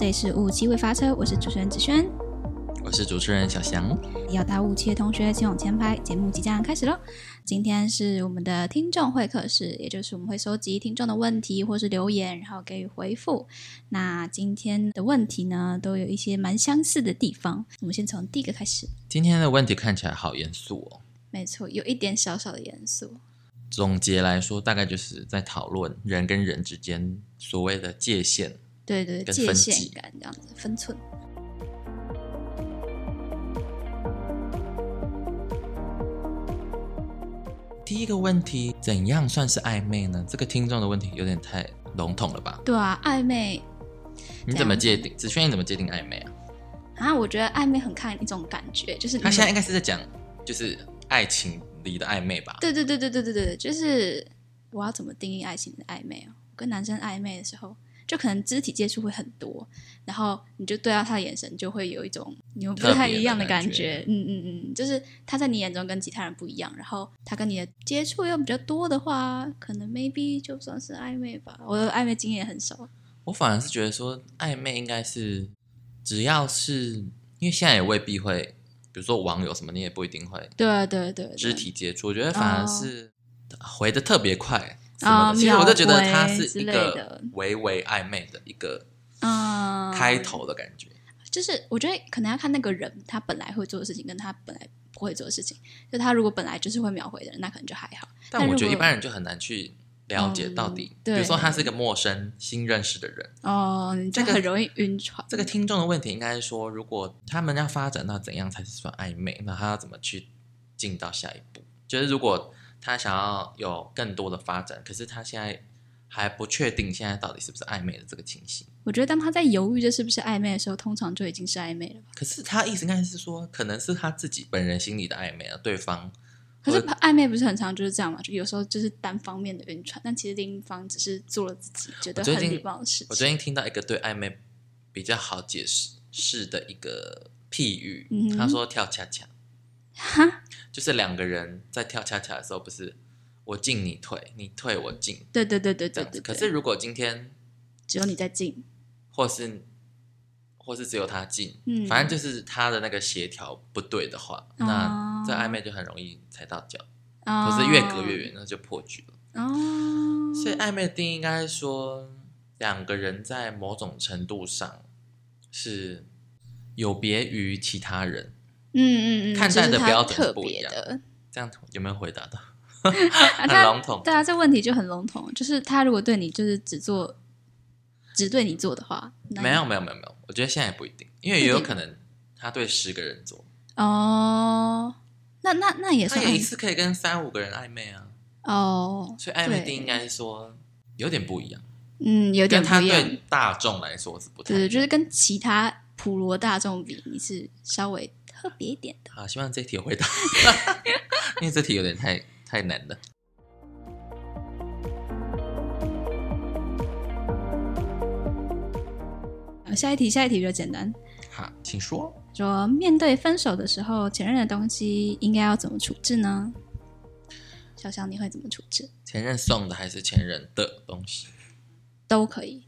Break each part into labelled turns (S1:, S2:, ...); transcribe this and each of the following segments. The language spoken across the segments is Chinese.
S1: 里是误机会发车，我是主持人子轩。
S2: 我是主持人小翔。
S1: 要大误切同学，请往前排，节目即将开始喽。今天是我们的听众会客室，也就是我们会收集听众的问题或是留言，然后给予回复。那今天的问题呢，都有一些蛮相似的地方。我们先从第一个开始，
S2: 今天的问题看起来好严肃哦。
S1: 没错，有一点小小的严肃。
S2: 总结来说，大概就是在讨论人跟人之间所谓的界限。
S1: 对对，
S2: 跟
S1: 界
S2: 分
S1: 限
S2: 级
S1: 感这样子，分寸。
S2: 第一个问题，怎样算是暧昧呢？这个听众的问题有点太笼统了吧？
S1: 对啊，暧昧
S2: 你怎么界定？子轩，你怎么界定暧昧啊？
S1: 啊，我觉得暧昧很看一种感觉，就是
S2: 他
S1: 你
S2: 现在应该是在讲就是爱情里的暧昧吧？
S1: 对对对对对对对，就是我要怎么定义爱情的暧昧哦？跟男生暧昧的时候，就可能肢体接触会很多，然后你就对到他的眼神，就会有一种你们不太一样感
S2: 特别的感觉
S1: 嗯嗯嗯，就是他在你眼中跟其他人不一样，然后他跟你的接触又比较多的话，可能 maybe 就算是暧昧吧。我的暧昧经验很少，
S2: 我反而是觉得说，暧昧应该是只要是因为现在也未必会，比如说网友什么，你也不一定会
S1: 对对对对，
S2: 肢体接触。我觉得反而
S1: 哦是
S2: 是回的特别快什
S1: 哦
S2: 么的，其实我就觉得
S1: 秒回
S2: 它是
S1: 之
S2: 一
S1: 类
S2: 个
S1: 的
S2: 微微暧昧的一个
S1: 嗯，
S2: 开头的感觉。
S1: 就是我觉得可能要看那个人他本来会做的事情，跟他本来不会做的事情。就他如果本来就是会秒回的人，那可能就还好。
S2: 但我觉得
S1: 如果
S2: 一般人就很难去了解
S1: 嗯
S2: 到底，比
S1: 对
S2: 如说他是一个陌生新认识的人。
S1: 哦，你就
S2: 这个
S1: 很容易晕船。
S2: 这个听众的问题应该是说，如果他们要发展到怎样才是算暧昧，那他要怎么去进到下一步？就是如果他想要有更多的发展，可是他现在还不确定现在到底是不是暧昧的这个情形。
S1: 我觉得当他在犹豫这是不是暧昧的时候，通常就已经是暧昧了吧。
S2: 可是他意思应该是说，可能是他自己本人心里的暧昧啊，对方
S1: 可是
S2: 我
S1: 暧昧不是很常就是这样嘛？就有时候就是单方面的晕船，但其实另一方只是做了自己觉得
S2: 我最
S1: 很
S2: 近
S1: 礼貌的事
S2: 我最
S1: 情。
S2: 近听到一个对暧昧比较好解释是的一个譬喻，
S1: 嗯哼
S2: 他说跳恰恰，
S1: 哈，
S2: 就是两个人在跳恰恰的时候，不是我进你退，你退我进
S1: 对对对对
S2: 这
S1: 对
S2: 样子。
S1: 对。
S2: 可
S1: 对
S2: 是如果今天
S1: 只有你在进，
S2: 或是或是只有他进，
S1: 嗯
S2: 反正就是他的那个协调不对的话，
S1: 哦
S2: 那这暧昧就很容易踩到脚，
S1: 可
S2: 可是越隔越远，那就破局了。
S1: 哦。
S2: 所以暧昧的定义应该是说，两个人在某种程度上是有别于其他人，
S1: 嗯嗯嗯，
S2: 看待
S1: 就
S2: 的
S1: 是它
S2: 标准
S1: 特
S2: 是不一
S1: 别
S2: 样
S1: 的，
S2: 这样有没有回答到？
S1: 啊，
S2: 很
S1: 他
S2: 笼统。
S1: 对啊，这问题就很笼统，就是他如果对你就是只做，只对你做的话，那
S2: 没有没有没有没有，我觉得现在也不一定，因为也有可能他对十个人做，
S1: 哦，那那那也
S2: 他
S1: 算
S2: 也一次可以跟三五个人暧昧啊，
S1: 哦，
S2: 所以暧昧
S1: 对
S2: 定义应该是说有点不一样，
S1: 嗯，有点
S2: 跟
S1: 不
S2: 他
S1: 一样，
S2: 对大众来说是不
S1: 对
S2: 太一
S1: 对，
S2: 样。
S1: 就是跟其他普罗大众比，你是稍微特别一点的。
S2: 好，希望这题有 回答，因为这题有点太太难了。
S1: 好下一题，下一题比较简单，
S2: 好，请说。
S1: 说面对分手的时候，前任的东西应该要怎么处置呢？小翔，你会怎么处置？
S2: 前任送的还是前任的东西？
S1: 都可以，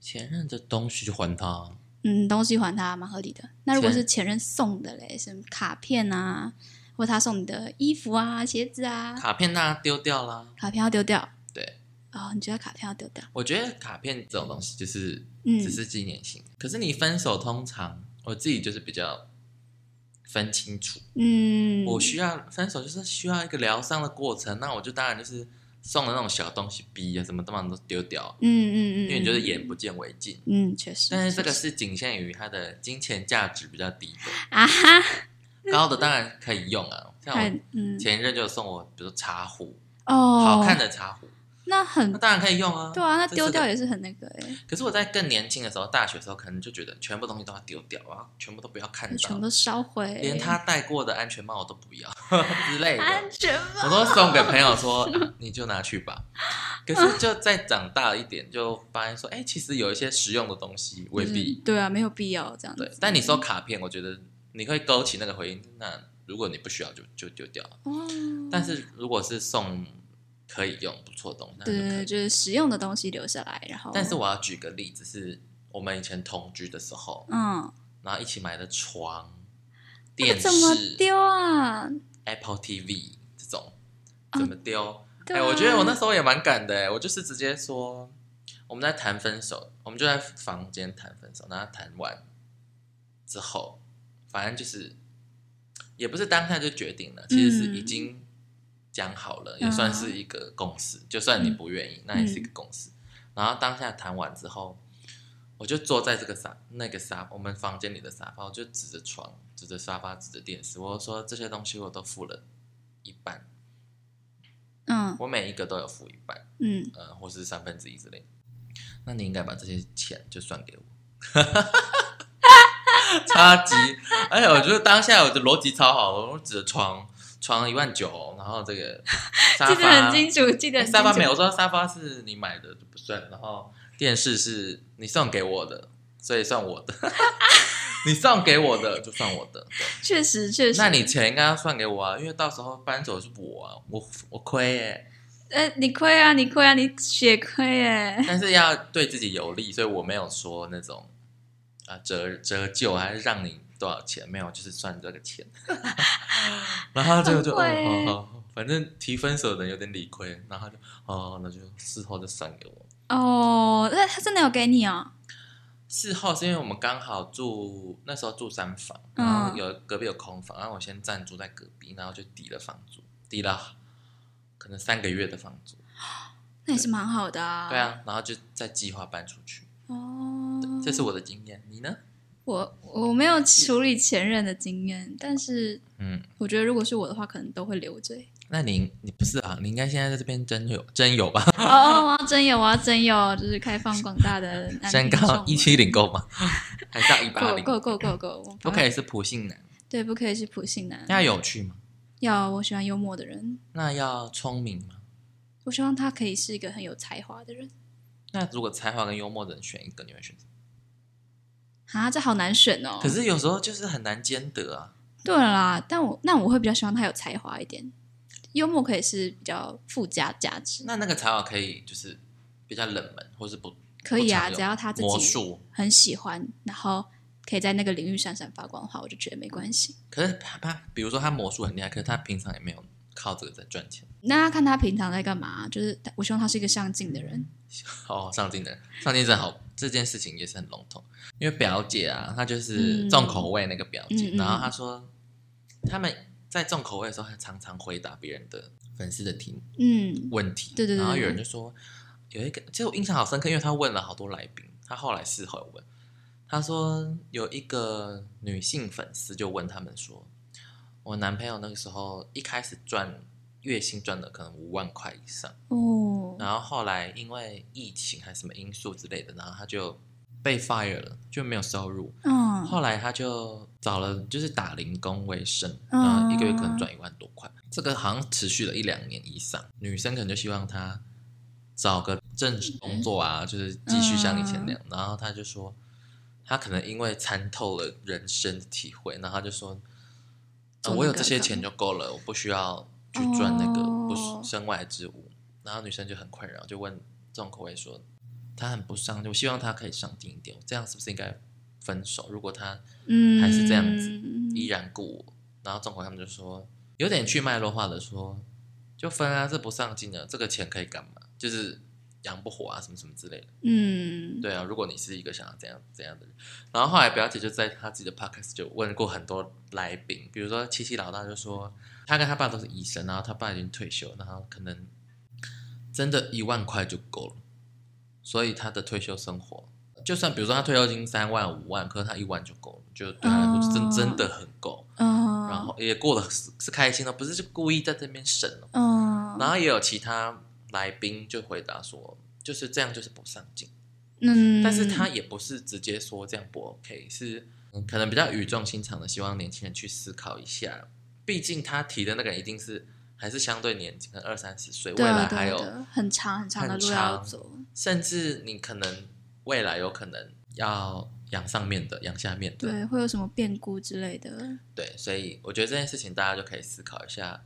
S2: 前任的东西就还他啊，
S1: 嗯，东西还他蛮合理的。那如果
S2: 前
S1: 是前任送的嘞，什么卡片啊，或他送你的衣服啊、鞋子啊，
S2: 卡片大家丢掉啦。
S1: 卡片要丢掉
S2: 对，
S1: 哦，你觉得卡片要丢掉？
S2: 我觉得卡片这种东西就是
S1: 嗯
S2: 只是纪念性，可是你分手通常我自己就是比较分清楚，
S1: 嗯，
S2: 我需要分手就是需要一个疗伤的过程，那我就当然就是送的那种小东西逼啊什么，当然都丢掉啊，
S1: 嗯嗯嗯，
S2: 因为你就是
S1: 演，
S2: 眼不见为净。
S1: 嗯，确实。
S2: 但是这个
S1: 确实
S2: 是仅限于它的金钱价值比较低的，
S1: 啊哈，
S2: 高的当然可以用啊。像
S1: 太
S2: 我
S1: 嗯
S2: 前任就送我，比如说茶壶，
S1: 哦，
S2: 好看，的茶壶，
S1: 那 很
S2: 那当然可以用啊。
S1: 对啊，那丢掉
S2: 也。
S1: 也是很那个哎，
S2: 可是我在更年轻的时候，大学的时候，可能就觉得全部东西都要丢掉，然后全部都不要看
S1: 全部
S2: 到，
S1: 都烧毁，
S2: 连他戴过的安全帽我都不要 之类
S1: 安
S2: 的，
S1: 全帽
S2: 我都送给朋友说啊你就拿去吧。可是就再长大一点，就发现说，哎、其实有一些实用的东西未
S1: 嗯
S2: 必
S1: 对啊，没有必要这样
S2: 对
S1: 子。。
S2: 但你说卡片，我觉得你会勾起那个回忆。那如果你不需要就，就丢掉。
S1: 哦，
S2: 但是如果是送可以用不错的东西，那就
S1: 对
S2: 可以
S1: 对，对就是实用的东西留下来，然后
S2: 但是我要举个例子是，我们以前同居的时候，
S1: 嗯，
S2: 然后一起买的床、
S1: 那
S2: 电
S1: 个怎么
S2: 视、
S1: 丢啊？
S2: Apple TV 这种
S1: 哦
S2: 怎么丢？哎、
S1: 对啊
S2: 我觉得我那时候也蛮敢的、哎，我就是直接说我们在谈分手，我们就在房间谈分手，然后谈完之后，反正就是也不是当下就决定了，其实
S1: 嗯
S2: 是已经讲好了，也算是一个共识。就算你不愿意，那也是一
S1: 嗯
S2: 个共识。然后当下谈完之后，我就坐在这个沙那个沙我们房间里的沙发，我就指着床、指着沙发、指着电视，我说这些东西我都付了一半。
S1: 嗯
S2: 我每一个都有付一半，
S1: 嗯，
S2: 呃，或是三分之一之类的。那你应该把这些钱就算给我。 差级，而且我觉得当下我的逻辑超好，我指着床，床一万九，然后这个沙
S1: 记得很
S2: 发，
S1: 清楚，记得
S2: 哎
S1: 很清
S2: 沙发没有，
S1: 楚。
S2: 我说沙发是你买的就不算，然后电视是你送给我的，所以算我的， 你送给我的就算我的，对。
S1: 确实确实。
S2: 那你钱应该要算给我啊，因为到时候搬走是我啊，我我亏耶、
S1: 呃，你亏啊，你亏啊，你血亏哎。
S2: 但是要对自己有利，所以我没有说那种啊折折旧还是让你多少钱，没有，就是算这个钱。 然后就就
S1: 很
S2: 哦
S1: 会欸
S2: 好好好，反正提分手的人有点理亏，然后就哦，那就事后就算给我。
S1: 哦，那他真的有给你哦？
S2: 事后是因为我们刚好住那时候住三房，
S1: 嗯
S2: 然后有隔壁有空房，然后我先暂住在隔壁，然后就抵了房租，抵了可能三个月的房租，
S1: 那也是蛮好的啊。
S2: 对。啊，然后就再计划搬出去，
S1: 哦，
S2: 这是我的经验，你呢？
S1: 我我没有处理前任的经验，但是
S2: 嗯。
S1: 我觉得如果是我的话，可能都会留 着欸。
S2: 那你你不是啊？你应该现在在这边真有真有吧？
S1: 哦哦，我要真有，我要真有，就是开放广大 的男
S2: 身
S1: 听众
S2: 高
S1: 们。
S2: 一七零够 吗？还是要一八
S1: 够
S2: 零？
S1: 够够够够，我
S2: 不可以是普信男。
S1: 对，不可以是普信男。
S2: 那要有趣吗？
S1: 要我喜欢幽默的人，
S2: 那要聪明吗？
S1: 我希望他可以是一个很有才华的人。
S2: 那如果才华跟幽默的人选一个，你会选谁？
S1: 啊，这好难选哦。
S2: 可是有时候就是很难兼得啊。
S1: 对了啦，但我那我会比较喜欢他有才华一点，幽默可以是比较附加价值。
S2: 那那个才华可以就是比较冷门，或是不
S1: 可以啊，
S2: 不常有
S1: 只要他自
S2: 魔
S1: 己
S2: 术。
S1: 很喜欢，然后可以在那个领域闪闪发光的话，我就觉得没关系。
S2: 可是他他比如说他魔术很厉害，可是他平常也没有靠这个在赚钱。
S1: 那要看他平常在干嘛，就是他我希望他是一个上进的人。
S2: 哦，上进的人，上进真的好，这件事情也是很笼统。因为表姐啊，她就是
S1: 嗯
S2: 重口味那个表姐，
S1: 嗯嗯
S2: 然后她说他们在重口味的时候，她常常回答别人的粉丝的题目
S1: 嗯，
S2: 问题，
S1: 对对对
S2: 然后有人就说有一个，其实我印象好深刻，因为她问了好多来宾，她后来事后有问，她说有一个女性粉丝就问他们说，我男朋友那个时候一开始赚月薪赚的可能五万块以上。
S1: 哦，
S2: 然后后来因为疫情还是什么因素之类的，然后他就被 fire 了，就没有收入。
S1: 嗯，
S2: 后来他就找了就是打零工为生，
S1: 嗯
S2: 然后一个月可能赚一万多块，这个好像持续了一两年以上。女生可能就希望他找个正式工作啊，就是继续像以前那样。
S1: 嗯
S2: 然后他就说，他可能因为参透了人生的体会，然后他就说，呃、
S1: 做那个
S2: 我有这些钱就够了，我不需要去赚那个
S1: 哦
S2: 不是身外之物。然后女生就很困扰，就问重口味说，他很不上进，我希望他可以上进一点，我这样是不是应该分手？如果他
S1: 嗯，
S2: 还是这样子
S1: 嗯
S2: 依然顾我，然后重口他们就说，有点去脉络化的说，就分啊，这不上进啊，这个钱可以干嘛？就是养不活啊，什么什么之类的。
S1: 嗯，
S2: 对啊，如果你是一个想要怎样怎样的人，然后后来表姐就在她自己的 podcast 就问过很多来宾，比如说七七老大就说，他跟他爸都是医生，然后他爸已经退休，然后可能真的一万块就够了，所以他的退休生活，就算比如说他退休金三万五万，可是他一万就够了，就对他来说真、
S1: 哦
S2: 真的很够，
S1: 嗯，
S2: 然后也过得是是开心的，不是就故意在这边省哦。
S1: 嗯，
S2: 然后也有其他来宾就回答说，就是这样就是不上进。
S1: 嗯，
S2: 但是他也不是直接说这样不 OK，是嗯可能比较语重心长的希望年轻人去思考一下，毕竟他提的那个人一定是还是相对年轻，可能二三十岁，未
S1: 对啊
S2: 来
S1: 对啊
S2: 还
S1: 对
S2: 有，
S1: 啊很长很长的
S2: 很
S1: 路要
S2: 长
S1: 走，
S2: 甚至你可能未来有可能要养上面的，养下面的，
S1: 对，啊会有什么变故之类的，
S2: 对，所以我觉得这件事情大家就可以思考一下。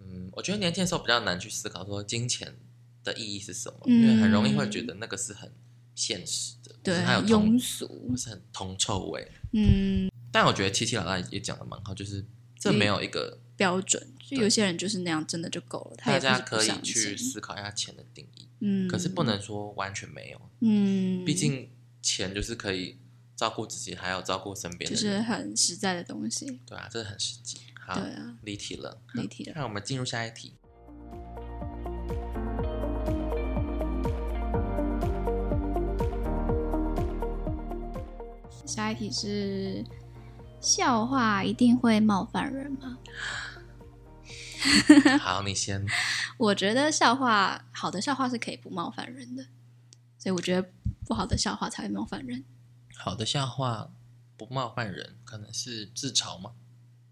S2: 嗯，我觉得年轻的时候比较难去思考说金钱的意义是什么，因为很容易会觉得那个是很现实的，可
S1: 嗯对
S2: 是它有，铜
S1: 庸俗
S2: 不，是很铜臭味。
S1: 嗯，
S2: 但我觉得七七老大也讲的蛮好，就是这没有一个
S1: 标准。就有些人就是那样，真的就够了。他
S2: 大
S1: 也不
S2: 家
S1: 是不
S2: 可以
S1: 上
S2: 去
S1: 进，
S2: 思考一下钱的定义，
S1: 嗯，
S2: 可是不，能说完全没有，
S1: 嗯，
S2: 毕竟钱就是可以照顾自己，还有照顾身边
S1: 就
S2: 的人，
S1: 是很实在的东西。
S2: 对啊，这很实际。好
S1: 对，啊，
S2: 离题了，
S1: 离题了
S2: 那我们进入下一 题。
S1: 下一题是笑话一定会冒犯人吗？
S2: 好，你先。
S1: 我觉得笑话，好的笑话是可以不冒犯人的，所以我觉得不好的笑话才会冒犯人。
S2: 好的笑话不冒犯人，可能是自嘲吗？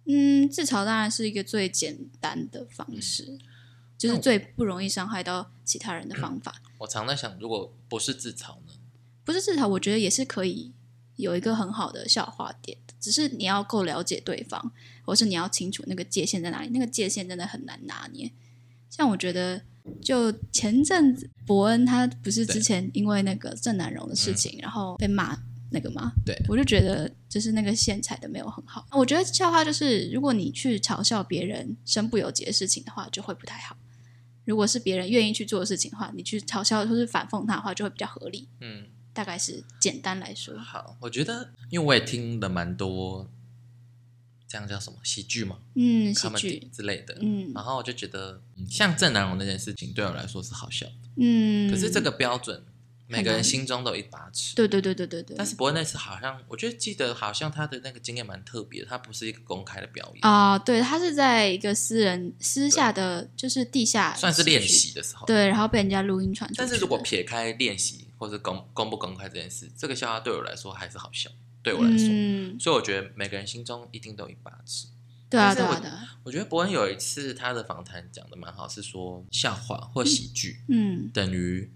S1: 嗯，自嘲当然是一个最简单的方式，
S2: 哦
S1: 就是最不容易伤害到其他人的方法。
S2: 我常在想，如果不是自嘲呢？
S1: 不是自嘲，我觉得也是可以有一个很好的笑话点，只是你要够了解对方，或是你要清楚那个界限在哪里。那个界限真的很难拿捏。像我觉得，就前阵子伯恩他不是之
S2: 对嗯
S1: 前因为那个郑南荣的事情，然后被骂那个吗？
S2: 对
S1: 我就觉得就是那个线踩的没有很好。我觉得笑话就是，如果你去嘲笑别人身不由己的事情的话，就会不太好。如果是别人愿意去做的事情的话，你去嘲笑或是反讽他的话，就会比较合理。
S2: 嗯，
S1: 大概是简单来说，
S2: 好，我觉得，因为我也听了蛮多，这样叫什么喜剧嘛，
S1: 嗯，喜
S2: comedy
S1: 剧，
S2: 之类的。
S1: 嗯
S2: 然后我就觉得，嗯像郑南榕那件事情对我来说是好笑的，
S1: 嗯，
S2: 可是这个，标准，
S1: 很
S2: 每个
S1: 难
S2: 人心中都有一把尺。
S1: 对对对对对对，
S2: 但是伯恩那次好像，我就记得好像他的那个经验蛮特别的，他不是一个公开的表演，
S1: 啊、对他是在一个私人私下的，就是地下
S2: 算是练
S1: 戏剧，
S2: 习的时候。
S1: 对，然后被人家录音传出去的，
S2: 但是如果撇开练习或是公公不公开这件事，这个笑话对我来说还是好笑，对我来说。
S1: 嗯，
S2: 所以我觉得每个人心中一定都有一把尺。
S1: 对啊
S2: 但是
S1: 对啊
S2: 我
S1: 对啊，
S2: 我觉得伯恩有一次他的访谈讲的蛮好，是说笑话或喜剧、
S1: 嗯，
S2: 等于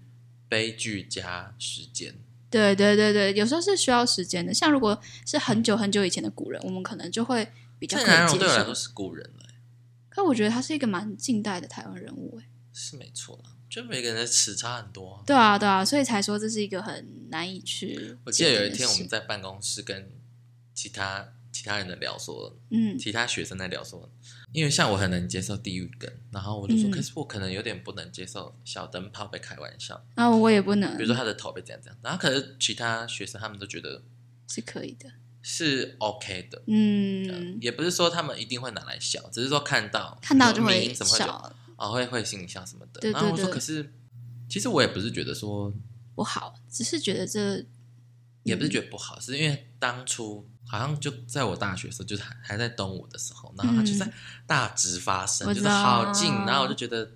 S2: 悲剧加时间。
S1: 对对对对，有时候是需要时间的，像如果是很久很久以前的古人，我们可能就会比较
S2: 郑
S1: 可
S2: 南
S1: 以
S2: 榕
S1: 接
S2: 哦对我来说
S1: 受，
S2: 是古人了、
S1: 可我觉得他是一个蛮近代的台湾人物，哎，
S2: 是没错啦。就每个人的尺差很多啊、
S1: 对啊对啊，所以才说这是一个很难以去，
S2: 我记得有一天我们，在办公室跟其他其他人的聊说，
S1: 嗯，
S2: 其他学生在聊说，因为像我很能接受地狱梗，然后我就说，
S1: 嗯
S2: 可是我可能有点不能接受小灯泡被开玩笑，
S1: 然后我也不能，
S2: 比如说他的头被这样这样，然后可是其他学生他们都觉得
S1: 是可以的。
S2: 是 OK 的，
S1: 嗯，
S2: 也不是说他们一定会拿来笑，只是说看到
S1: 看到就
S2: 比
S1: 会
S2: 如说迷因嗯什么
S1: 笑，
S2: 会哦会会心一笑什么的，
S1: 对对
S2: 然后我说
S1: 对
S2: 可是其实我也不是觉得说，
S1: 不好，只是觉得这
S2: 也不是觉得不好，是因为当初。好像就在我大学的时候，就是还还在东吴的时候，然后他就在大直发生，
S1: 嗯我
S2: 就
S1: 知
S2: 是
S1: 道
S2: 好近，然后我就觉得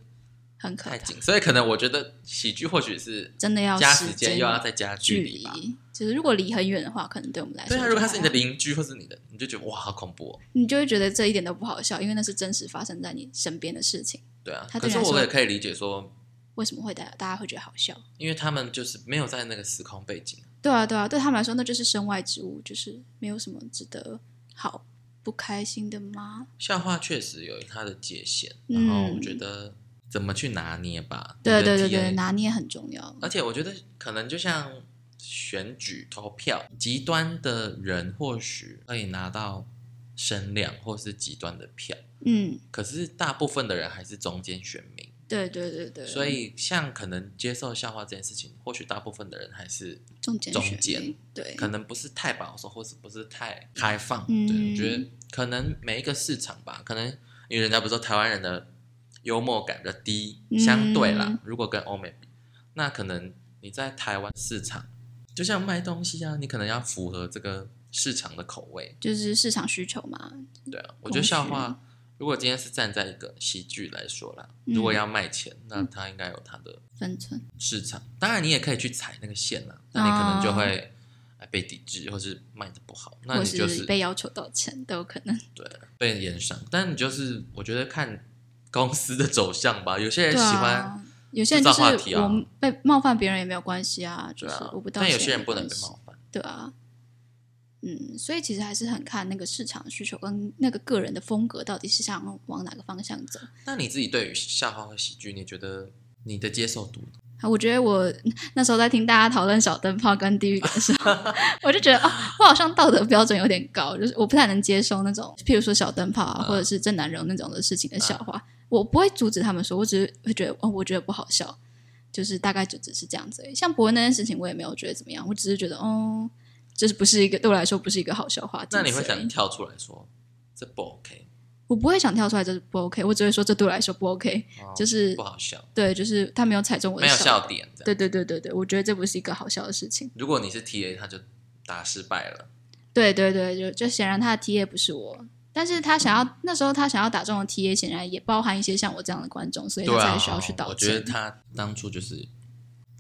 S1: 很可
S2: 太
S1: 怕，
S2: 紧，所以可能我觉得喜剧或许是
S1: 真的要
S2: 加
S1: 时
S2: 时间，又要再加距
S1: 距
S2: 离吧。
S1: 离。就是如果离很远的话，可能对我们来说
S2: 对
S1: 就
S2: 啊，
S1: 还好，
S2: 如果他是你的邻居或是你的，你就觉得哇，好恐怖哦。
S1: 你就会觉得这一点都不好笑，因为那是真实发生在你身边的事情。
S2: 对啊，
S1: 他
S2: 可
S1: 对
S2: 是
S1: 你来
S2: 我
S1: 说
S2: 也可以理解说，
S1: 为什么会大家大家会觉得好笑？
S2: 因为他们就是没有在那个时空背景，
S1: 对啊，对啊，对他们来说那就是身外之物，就是没有什么值得好不开心的吗？
S2: 笑话确实有它的界限。
S1: 嗯
S2: 然后我觉得怎么去拿捏吧，
S1: 对
S2: 你的
S1: 对对
S2: TA
S1: 对，拿捏很重要。
S2: 而且我觉得可能就像选举投票，极端的人或许可以拿到声量或是极端的票，
S1: 嗯，
S2: 可是大部分的人还是中间选民。
S1: 对对对对，
S2: 所以，像可能接受笑话这件事情，或许大部分的人还是
S1: 重点
S2: 中
S1: 选
S2: 间
S1: 民对，
S2: 可能不是太保守，或是不是太开放。
S1: 嗯
S2: 对，我觉得可能每一个市场吧，可能因为人家不是说台湾人的幽默感比较低，
S1: 嗯
S2: 相对啦，如果跟欧美比，那可能你在台湾市场，就像卖东西啊，你可能要符合这个市场的口味。
S1: 就是市场需求嘛，
S2: 对啊，我觉得笑话，如果今天是站在一个喜剧来说啦，
S1: 嗯
S2: 如果要卖钱，那它应该有它的。
S1: 分寸。
S2: 市场。当然，你也可以去踩那个线啦，那你可能就会呃被抵制，或是卖的不好，那
S1: 哦或
S2: 你就是
S1: 被要求道歉都有可 能。
S2: 对被延上。但你就是我觉得看公司的走向吧，有些人
S1: 对
S2: 喜欢
S1: 啊，有些人就
S2: 制造话题
S1: 是
S2: 啊
S1: 我们被冒犯别人也没有关系啊，就
S2: 对
S1: 是
S2: 啊
S1: 我不，道
S2: 但
S1: 歉。
S2: 有些人不能被，冒犯。
S1: 对啊，嗯，所以其实还是很看那个市场需求跟那个个人的风格到底是想往哪个方向走。
S2: 那你自己对于笑话和喜剧，你觉得你的接受度呢？
S1: 啊我觉得我那时候在听大家讨论小灯泡跟地狱梗的时候， 我就觉得哦，我好像道德标准有点高，就是我不太能接受那种，譬如说小灯泡啊，
S2: 嗯
S1: 或者是正男人那种的事情的笑话，我不会阻止他们说，我只是会觉得哦，我觉得不好笑，就是大概就只是这样子而已。像博文那件事情，我也没有觉得怎么样，我只是觉得哦，这是不是一个对我来说不是一个好笑话。
S2: 那你会
S1: 仅此而已
S2: 想跳出来说这不 OK，
S1: 我不会想跳出来，这是不 OK，我只会说这对我来说不 OK，、
S2: 哦
S1: 就是
S2: 不好笑，
S1: 对，就是他没有踩中我的
S2: 没有
S1: 笑
S2: 笑点这样。
S1: 对对对对对，我觉得这不是一个好笑的事情。
S2: 如果你是 TA，他就打失败了。
S1: 对对对，就就显然他的 T A 不是我，但是他想要那时候他想要打中的 T A 显然也包含一些像我这样的观众，所以他
S2: 对啊
S1: 才需要去，道
S2: 我觉
S1: 歉。
S2: 得他当初就是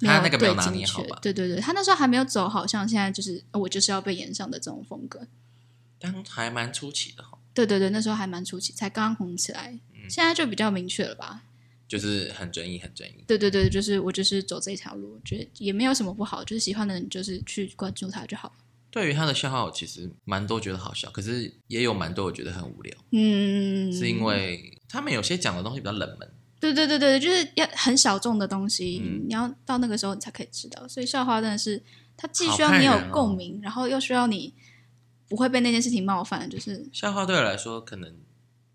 S1: 没有
S2: 他那个没有
S1: 对
S2: 拿
S1: 精
S2: 捏好
S1: 确
S2: 吧？
S1: 对对对，他那时候还没有走好像现在就是呃我就是要被延上的这种风格。
S2: 当还蛮出奇的哈，
S1: 对对对，那时候还蛮初期，才刚红起来，
S2: 嗯
S1: 现在就比较明确了吧？
S2: 就是很专一，很专一。
S1: 对对对，就是我就是走这条路，觉得也没有什么不好，就是喜欢的人就是去关注他就好。
S2: 对于他的笑话，我其实蛮多觉得好笑，可是也有蛮多我觉得很无聊，
S1: 嗯，
S2: 是因为他们有些讲的东西比较冷门。
S1: 对对对对，就是要很小众的东西，
S2: 嗯
S1: 你要到那个时候你才可以知道。所以校花真的是，它既需
S2: 好
S1: 要
S2: 看
S1: 你有
S2: 人哦
S1: 共鸣，然后又需要你不会被那件事情冒犯，就是
S2: 笑话对我来说，可能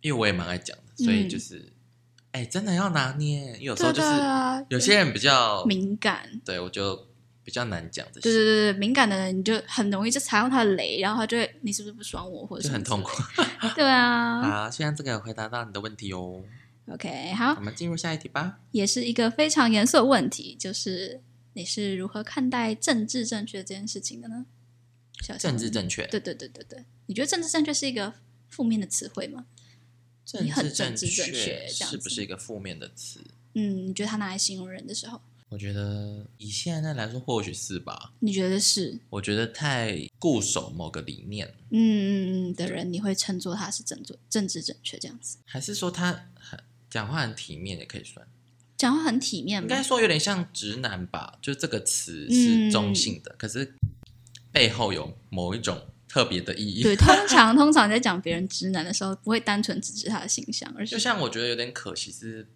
S2: 因为我也蛮爱讲的，所以
S1: 嗯
S2: 就是，哎、真的要拿捏。有时
S1: 对
S2: 候
S1: 啊
S2: 就
S1: 对
S2: 是
S1: 啊对啊，
S2: 有些人比较，
S1: 敏感，
S2: 对我就比较难讲这
S1: 对
S2: 些，
S1: 对对对，敏感的人你就很容易就踩到他的雷，然后他就会你是不是不爽我，或者
S2: 就是很痛苦。。
S1: 对啊
S2: 好，现在这个回答到你的问题哦，
S1: ，OK，好
S2: 我，们进入下一题吧。
S1: 也是一个非常严肃的问题，就是你是如何看待政治正确这件事情的呢？小
S2: 政治
S1: 象
S2: 正确，
S1: 对对对对对，你觉得政治正确是一个负面的词汇吗？
S2: 政
S1: 你很
S2: 治
S1: 政
S2: 正
S1: 治正确这样
S2: 是
S1: 子
S2: 不是一个负面的词？
S1: 嗯，你觉得它拿来形容人的时候，
S2: 我觉得以现在来说，或许是吧。
S1: 你觉得是
S2: 我觉得太固守某个理念，
S1: 嗯嗯嗯的人，你会称作他是政治政治正确这样子，
S2: 还是说他很讲话很体面也可以算？
S1: 讲话很体面
S2: 应
S1: 吗
S2: 该？说有点像直男吧，就这个词是中性
S1: 嗯
S2: 的，可是背后有某一种特别的意 义。
S1: 对，通常通常你在讲别人直男的时候，不会单纯只是他的形象，而
S2: 就是像我觉得有点可惜是，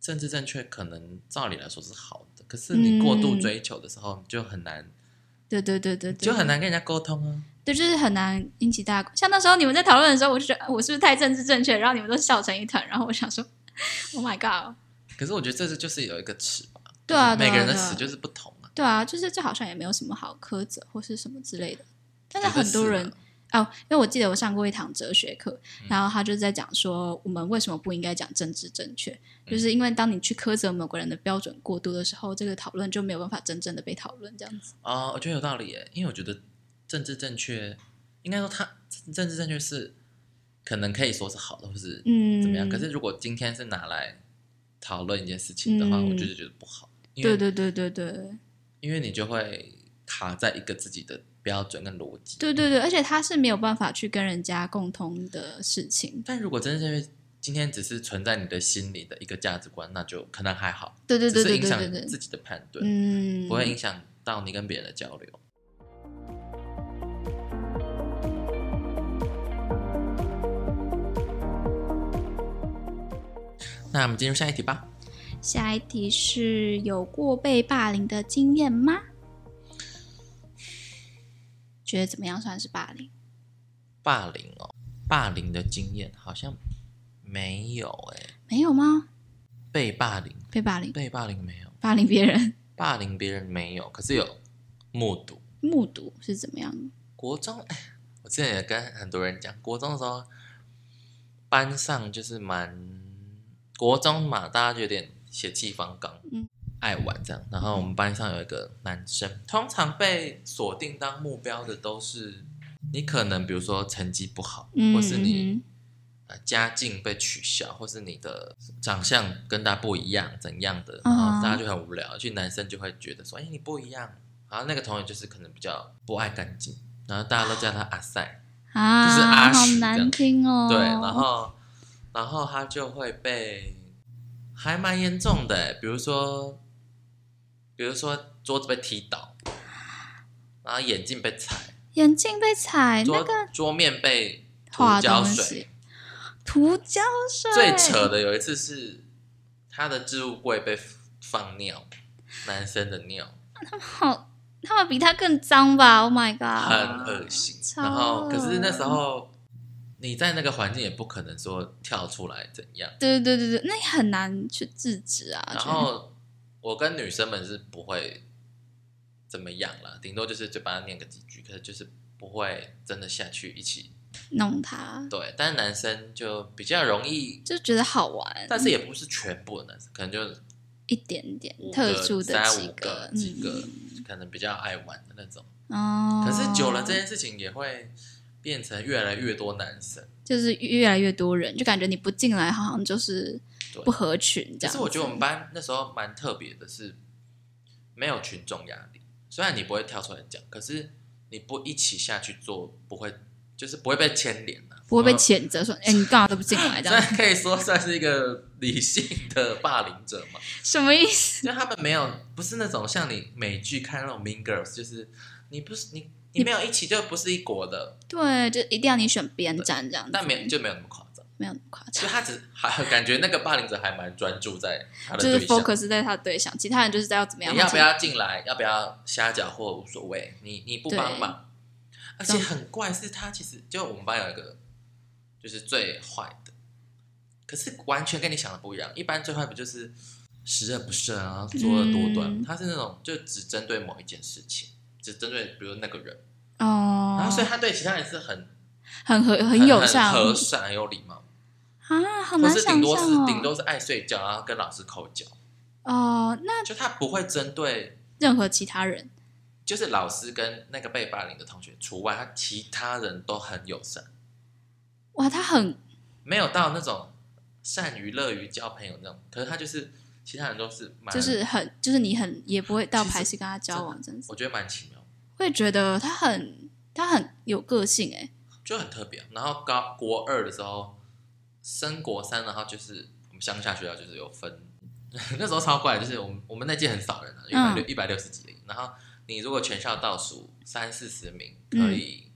S2: 政治正确可能照理来说是好的，可是你过度
S1: 嗯
S2: 追求的时候，你就很难，
S1: 对对对对对，
S2: 就很难跟人家沟通啊。
S1: 对，就是很难引起大家。像那时候你们在讨论的时候，我就觉得啊我是不是太政治正确，然后你们都笑成一团，然后我想说 ，Oh my god，
S2: 可是我觉得这是就是有一个尺吧，
S1: 对啊，
S2: 就是每个人的
S1: 对啊
S2: 尺就是不同啊。
S1: 对啊，就是这好像也没有什么好苛责或是什么之类的。但是
S2: 觉得
S1: 很多
S2: 是
S1: 人
S2: 啊
S1: 哦，因为我记得我上过一堂哲学课，
S2: 嗯
S1: 然后他就在讲说，我们为什么不应该讲政治正确，
S2: 嗯
S1: 就是因为当你去苛责某个人的标准过度的时候，这个讨论就没有办法真正的被讨论，这样子。
S2: 哦，我觉得有道理耶，因为我觉得政治正确，应该说它政治正确是可能可以说是好的，或是
S1: 嗯，
S2: 怎么样。可是如果今天是拿来讨论一件事情的话，
S1: 嗯
S2: 我就是觉得不好，因
S1: 对
S2: 为
S1: 对对对对。
S2: 因为你就会卡在一个自己的标准跟逻辑。
S1: 对对对，而且他是没有办法去跟人家共通的事情。
S2: 但如果真的是因为今天只是存在你的心里的一个价值观，那就可能还好，
S1: 对对
S2: 只
S1: 对
S2: 是
S1: 对
S2: 影
S1: 对
S2: 响
S1: 对
S2: 你
S1: 对，
S2: 自己的判断，
S1: 嗯，
S2: 不会影响到你跟别人的交流。那我们进入下一题吧。
S1: 下一题是有过被霸凌的经验吗？觉得怎么样算是霸凌？
S2: 霸凌哦，霸凌的经验好像没有哎、
S1: 没有吗？
S2: 被霸凌，
S1: 被霸凌，
S2: 被霸凌没有，
S1: 霸凌别人，
S2: 霸凌别人没有，可是有目睹。
S1: 目睹是怎么样的？
S2: 国中，哎，我之前也跟很多人讲，国中的时候，班上就是蛮国中嘛，大家就有点血气方刚，
S1: 嗯
S2: 爱玩这样。然后我们班上有一个男生，通常被锁定当目标的都是你可能比如说成绩不好，
S1: 嗯，
S2: 或是你
S1: 嗯
S2: 呃家境被取消，或是你的长相跟大家不一样怎样的，然
S1: 嗯
S2: 后大家就很无聊，就男生就会觉得说，哎、你不一样。然后那个同学就是可能比较不爱干净，然后大家都叫他阿塞，
S1: 嗯啊，
S2: 就是阿
S1: 好
S2: 屎这
S1: 难
S2: 样
S1: 听哦。
S2: 对，然后然后他就会被还蛮严重的，欸比如说比如说桌子被踢倒，然后眼镜被踩，
S1: 眼镜被踩，
S2: 桌、
S1: 哎那个
S2: 桌面被涂
S1: 画
S2: 胶
S1: 东
S2: 水，
S1: 西，涂胶水，
S2: 最扯的有一次是他的置物柜被放尿，男生的尿
S1: 好，他们比他更脏吧？Oh my
S2: 很
S1: god！
S2: 恶心。
S1: 超
S2: 然后，可是那时
S1: 恶
S2: 候你在那个环境也不可能说跳出来怎样。
S1: 对对对对对，那也很难去制止啊。
S2: 然后我跟女生们是不会怎么样啦，顶多就是嘴巴念个几句，可是就是不会真的下去一起
S1: 就弄他，
S2: 对。但是男生就比较容易，
S1: 就觉得好玩，
S2: 但是也不是全部的男生，可能就
S1: 一点点
S2: 五
S1: 特
S2: 个
S1: 殊的
S2: 三
S1: 几
S2: 五个
S1: 嗯
S2: 几个，可能比较爱玩的那种。
S1: 哦，
S2: 可是久了这件事情也会变成越来越多男生。
S1: 就是越来越多人，就感觉你不进来好像就是
S2: 对
S1: 不合群这
S2: 可
S1: 样子。
S2: 是我觉得我们班那时候蛮特别的是，没有群众压力。虽然你不会跳出来讲，可是你不一起下去做，不会就是不会被牵连的、
S1: 不会被
S2: 然后
S1: 谴责说，哎、你干嘛都不进来这
S2: 虽
S1: 样，
S2: 然可以说算是一个理性的霸凌者 嘛，
S1: 什么意思？
S2: 就他们没有不是那种像你美剧看那种 Mean Girls，就是你不是你你没有一起就不是一国的，
S1: 对，就一定要你选边站这样子，
S2: 但没就没有那么夸张。
S1: 没有那么夸
S2: 就
S1: 张，
S2: 他只还感觉那个霸凌者还蛮专注在他的
S1: 就是
S2: 对象，
S1: focus 在他的对象，其他人就是在要怎么样，
S2: 你要不要进来？要不要瞎搅和？无所谓，你你不帮忙。而且很怪是，他其实就我们班有一个，就是最坏的，可是完全跟你想的不一样。一般最坏不就是十恶不赦啊，然后作恶多端？
S1: 嗯
S2: 他是那种就只针对某一件事情，只针对比如那个人，
S1: 哦，
S2: 然后所以他对其他人是很
S1: 很和很友善
S2: 很和善、很有礼貌，
S1: 啊，好
S2: 或
S1: 难
S2: 是顶
S1: 想象
S2: 多是
S1: 哦。
S2: 顶多是爱睡觉，然后跟老师口角，
S1: 哦，那
S2: 就他不会针对
S1: 任何其他人
S2: 就是老师跟那个被霸凌的同学除外，他其他人都很友善，
S1: 哇，他很
S2: 没有到那种善于乐于交朋友那种。可是他就是其他人都是蛮，
S1: 就是很就是你很也不会到
S2: 其实
S1: 排斥跟他交往这样子，
S2: 我觉得蛮奇妙，
S1: 会觉得他很他很有个性哎，
S2: 就很特别。啊然后高国二的时候升国三，然后就是我们乡下学校就是有分， 那时候超怪，就是我们我们那届很少人啊，一
S1: 嗯
S2: 百六一百六十几人，然后你如果全校倒数三四十名
S1: 嗯
S2: 可以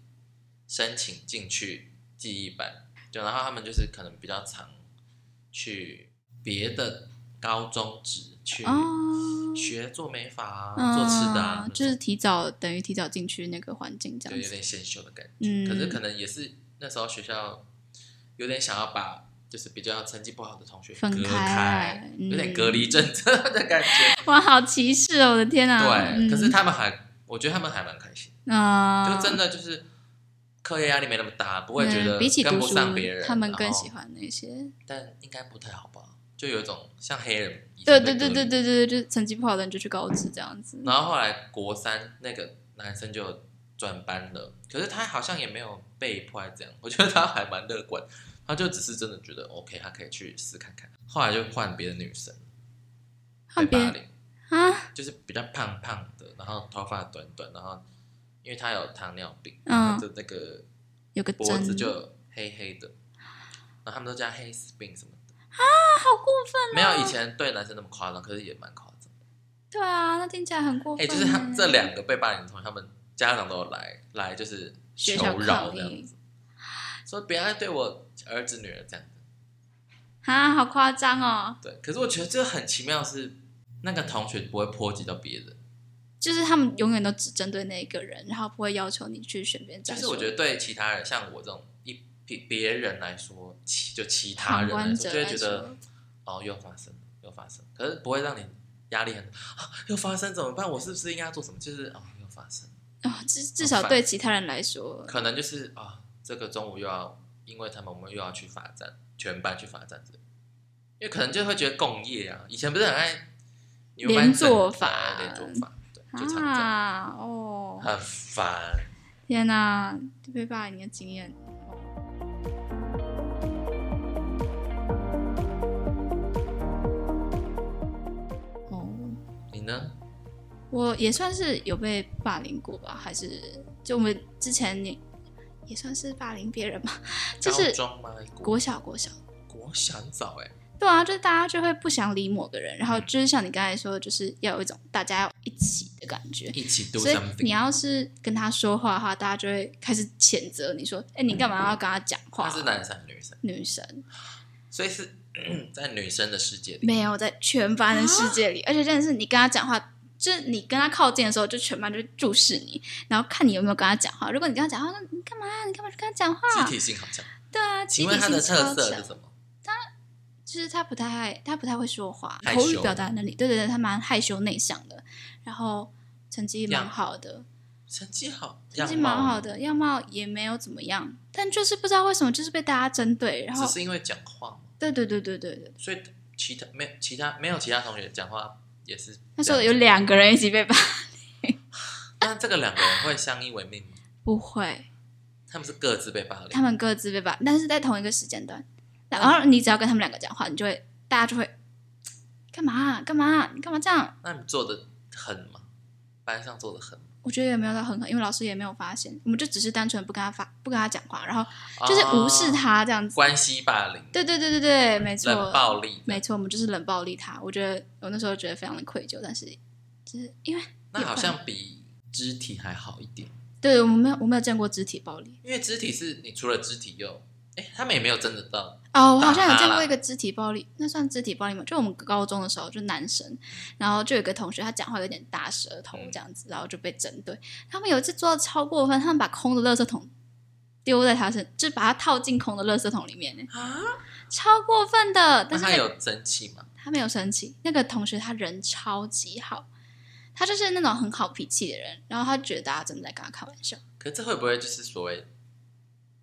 S2: 申请进去记忆班，就然后他们就是可能比较常去别的高中职去
S1: 哦，
S2: 学做美发啊、
S1: 嗯
S2: 做吃的啊，
S1: 就是提早等于提早进去那个环境这
S2: 对
S1: 样
S2: 有
S1: 子，
S2: 点先修的感觉。
S1: 嗯，
S2: 可是可能也是那时候学校有点想要把就是比较成绩不好的同学
S1: 分
S2: 隔
S1: 开
S2: 开，，
S1: 嗯
S2: 有点隔离政策的感觉。
S1: 哇，好歧视哦！我的天啊！
S2: 对，
S1: 嗯
S2: 可是他们还，我觉得他们还蛮开心，
S1: 啊，
S2: 就真的就是课业压力没那么大，不会觉
S1: 嗯
S2: 得
S1: 比起
S2: 跟
S1: 读
S2: 不
S1: 书
S2: 上别人，，
S1: 他们
S2: 然
S1: 更
S2: 后
S1: 喜，欢那些。
S2: 但应该不太好吧？就有一种像黑人，
S1: 对对对对。对对，就是成绩不好的人就去高职这样子。
S2: 然后后来国三那个男生就转班了，可是他好像也没有被迫还是怎样，我觉得他还蛮乐观，他就只是真的觉得 OK，他可以去试看看。后来就换别的女生被
S1: 换别
S2: 霸
S1: 人
S2: 凌，
S1: 啊，
S2: 就是比较胖胖的，然后头发短短，然后因为他有糖尿病，
S1: 嗯
S2: 然后就那个
S1: 有个
S2: 脖子
S1: 针
S2: 就黑黑的，然后他们都叫黑死病什么的，
S1: 啊，好过分！
S2: 没有以前对男生那么夸张，可是也蛮夸张。
S1: 对啊，那听起来很过分
S2: 哎、
S1: 欸。
S2: 就是他们这两个被霸凌的同学，他们家长都有来来，就是
S1: 学
S2: 求
S1: 校
S2: 饶
S1: 抗
S2: 这样
S1: 议
S2: 子，说不要再对我儿子女儿这样子。
S1: 啊，好夸张哦！
S2: 对，可是我觉得这很奇妙的是，那个同学不会波及到别人，
S1: 就是他们永远都只针对那一个人，然后不会要求你去选别人。
S2: 就是我觉
S1: 得
S2: 得对其他人，像我这种一别别人来说，其就其他
S1: 旁
S2: 人来
S1: 观
S2: 说，
S1: 者
S2: 就会
S1: 来
S2: 觉得
S1: 说，
S2: 哦又发生了又发生了，可是不会让你压力很大、啊，又发生怎么办？我是不是应该要做什么？就是哦又发生了，
S1: 哦，至至少
S2: 反
S1: 对其他人来说，
S2: 可能就是啊、这个中午又要，因为他们我们又要去罚站，全班去罚站之类因为可能就会觉得共业啊，以前不是很爱你们班
S1: 连坐
S2: 整
S1: 法
S2: 啊连坐法，对，就常这样，
S1: 啊，哦，
S2: 很烦。
S1: 天哪，被霸凌的经验。哦，
S2: 你呢？
S1: 我也算是有被霸凌过吧，还是就我们之前也也算是霸凌别人吧，就是
S2: 高中吗？
S1: 国
S2: 国
S1: 小国小。
S2: 国小很早哎、
S1: 对啊，就是大家就会不想理某个人，然后就是像你刚才说的，就是要有一种大家要一起的感觉。
S2: 一起 do
S1: 所以你
S2: something，
S1: 要是跟他说话的话，大家就会开始谴责你说：“哎、你干嘛要跟他讲话？”
S2: 他是男生还是女生，
S1: 女生，
S2: 所以是 在女生的世界里，
S1: 没有在全班的世界里，而且真的是你跟他讲话，就是你跟他靠近的时候，就全班就注视你，然后看你有没有跟他讲话。如果你跟他讲话，说你干嘛？你干嘛去跟他讲话？
S2: 集体性好强。
S1: 对啊，集
S2: 请
S1: 体
S2: 问他
S1: 性
S2: 的
S1: 超
S2: 特色
S1: 强
S2: 是。什么？
S1: 就是他不太他不太会说话，
S2: 害羞
S1: 口语表达能力，对对对，他蛮害羞内向的，然后成绩蛮好的，
S2: 成绩好，
S1: 成绩
S2: 样貌啊
S1: 蛮好的，样貌也没有怎么样，但就是不知道为什么就是被大家针对，然后
S2: 只是因为讲话吗
S1: 对对对对对对，
S2: 所以其他没有其他没有其他同学讲话也是
S1: 那时候
S2: 这
S1: 有
S2: 样子，
S1: 两个人一 起被霸，
S2: 那这个两个人会相依为命吗？
S1: 不会，
S2: 他们是各自被霸
S1: 他
S2: 凌，
S1: 们各自被霸，但是在同一个时间段，然
S2: 嗯
S1: 后你只要跟他们两个讲话，你就会大家就会干嘛啊干嘛啊你干嘛这样？
S2: 那你做的狠吗？班上做的狠吗，
S1: 我觉得也没有到很狠，因为老师也没有发现，我们就只是单纯不跟他发不跟他讲话，然后就是无视
S2: 哦、
S1: 他这样子。
S2: 关系霸凌，
S1: 对对对对对，没错，
S2: 冷暴力。
S1: 没错，我们就是冷暴力他。我觉得我那时候觉得非常的愧疚，但是就是因为
S2: 那好像比肢体还好一点，
S1: 对我们没有我没有见过肢体暴力
S2: 因为肢体是你除了肢体又，哎，他们也没有真的到
S1: 哦，我好像有
S2: 打他
S1: 见过
S2: 啦
S1: 一个肢体暴力，那算肢体暴力吗？就我们高中的时候，就男生，然后就有一个同学他讲话有点大舌头
S2: 嗯
S1: 这样子，然后就被针对。他们有一次做到超过分，他们把空的垃圾桶丢在他身，就把他套进空的垃圾桶里面，
S2: 啊，
S1: 超过分的。
S2: 那
S1: 但是
S2: 他
S1: 那个
S2: 有生气吗？
S1: 他没有生气。那个同学他人超级好，他就是那种很好脾气的人，然后他觉得大家真的在跟他开玩笑，
S2: 可这会不会就是所谓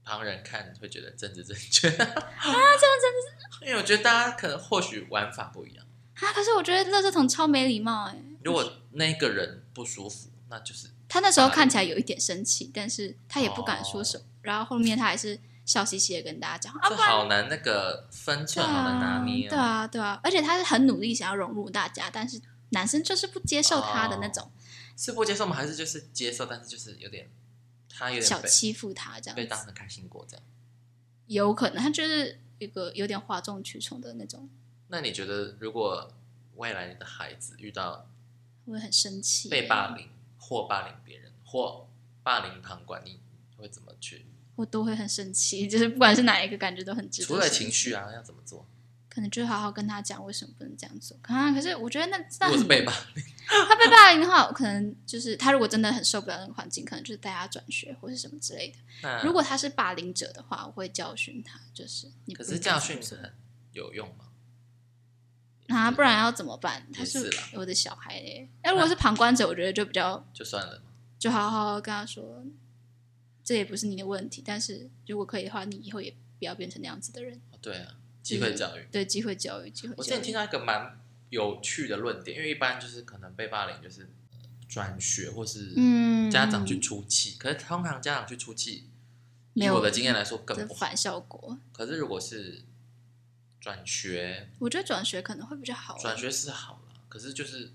S2: 旁人看会觉得政治正确啊？这样真 的是，因为我觉得大家可能或许玩法不一样。
S1: 啊！可是我觉得垃圾桶超没礼貌哎、
S2: 如果那个人不舒服，那就是
S1: 他那时候看起来有一点生气，但是他也不敢说什么，然后后面他还是笑嘻嘻的跟大家讲啊，
S2: 哦这
S1: 不然
S2: 好难那个分
S1: 对
S2: 寸，好难拿
S1: 啊，
S2: 捏、
S1: 对，啊，对啊，而且他是很努力想要融入大家，但是男生就是不接受他的那
S2: 哦
S1: 种
S2: 是不接受吗？还是就是接受，但是就是有点他有点
S1: 小
S2: 被
S1: 欺负他这
S2: 被
S1: 样
S2: 当
S1: 子，
S2: 成开心果这样。
S1: 有可能他就是一个有点哗众取宠的那种，
S2: 那你觉得如果未来你的孩子遇到
S1: 会很生气欸
S2: 被霸凌或霸凌别人或霸凌旁观，你会怎么去？
S1: 我都会很生气，就是不管是哪一个，感觉都很值得。
S2: 除了情，绪啊，要怎么做？
S1: 可能就是好好跟他讲为什么不能这样做。啊，可是我觉得那
S2: 如
S1: 那
S2: 果是被霸
S1: 他被霸凌的话，我可能就是他如果真的很受不了那个环境，可能就是带他转学或是什么之类的。
S2: 那
S1: 如果他是霸凌者的话，我会教训他，就是你
S2: 可
S1: 不
S2: 是
S1: 能
S2: 教训
S1: 这样
S2: 很有用吗？
S1: 做啊，不然要怎么办？他
S2: 也是啦嗯
S1: 我的小孩嘞。那如果是旁观者，我觉得就比较
S2: 就算了嘛。
S1: 就好好跟他说，这也不是你的问题，但是如果可以的话，你以后也不要变成那样子的人。
S2: 哦对啊，机会教育。
S1: 对，机会教育，机会
S2: 我之
S1: 教
S2: 前
S1: 育
S2: 听。到一个蛮有趣的论点，因为一般就是可能被霸凌就是呃转学或是
S1: 嗯，
S2: 家长去出气，可是通常家长去出气，
S1: 没
S2: 以
S1: 有
S2: 我的经验来说更
S1: 的
S2: 不好。
S1: 反效果。
S2: 可是如果是转学，
S1: 我觉得转学可能会比较好。
S2: 转学是好了，可是就是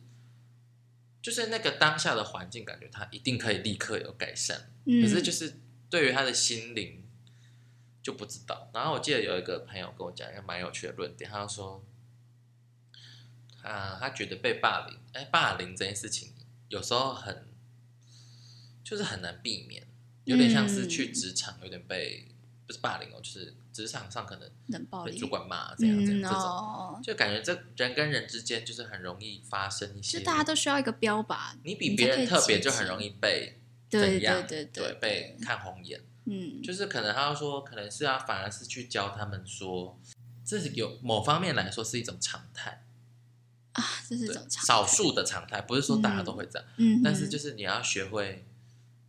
S2: 就是那个当下的环境，感觉他一定可以立刻有改善。
S1: 嗯，
S2: 可是就是对于他的心灵就不知道。然后我记得有一个朋友跟我讲一个蛮有趣的论点，他就说，啊、他觉得被霸凌，哎，霸凌这件事情有时候很就是很难避免，有点像是
S1: 嗯
S2: 去职场有点被不是霸凌哦，就是职场上可能
S1: 冷暴
S2: 被
S1: 力，
S2: 主管骂这样这样
S1: 嗯
S2: 这种。
S1: 哦，
S2: 就感觉这人跟人之间就是很容易发生一
S1: 就
S2: 些，
S1: 大家都需要一个标靶。
S2: 你比
S1: 你
S2: 别
S1: 才可
S2: 人
S1: 以
S2: 特别
S1: 接
S2: 就很
S1: 近
S2: 容易被
S1: 对
S2: 怎
S1: 对
S2: 样，
S1: 对
S2: 被看红眼，
S1: 嗯，
S2: 就是可能他说，可能是要反而是去教他们说，这是有某方面来说是一种常态，
S1: 啊，这是一
S2: 对
S1: 种常
S2: 少
S1: 态。
S2: 数的常态，不是说大家都会这样，
S1: 嗯哼，
S2: 但是就是你要学会，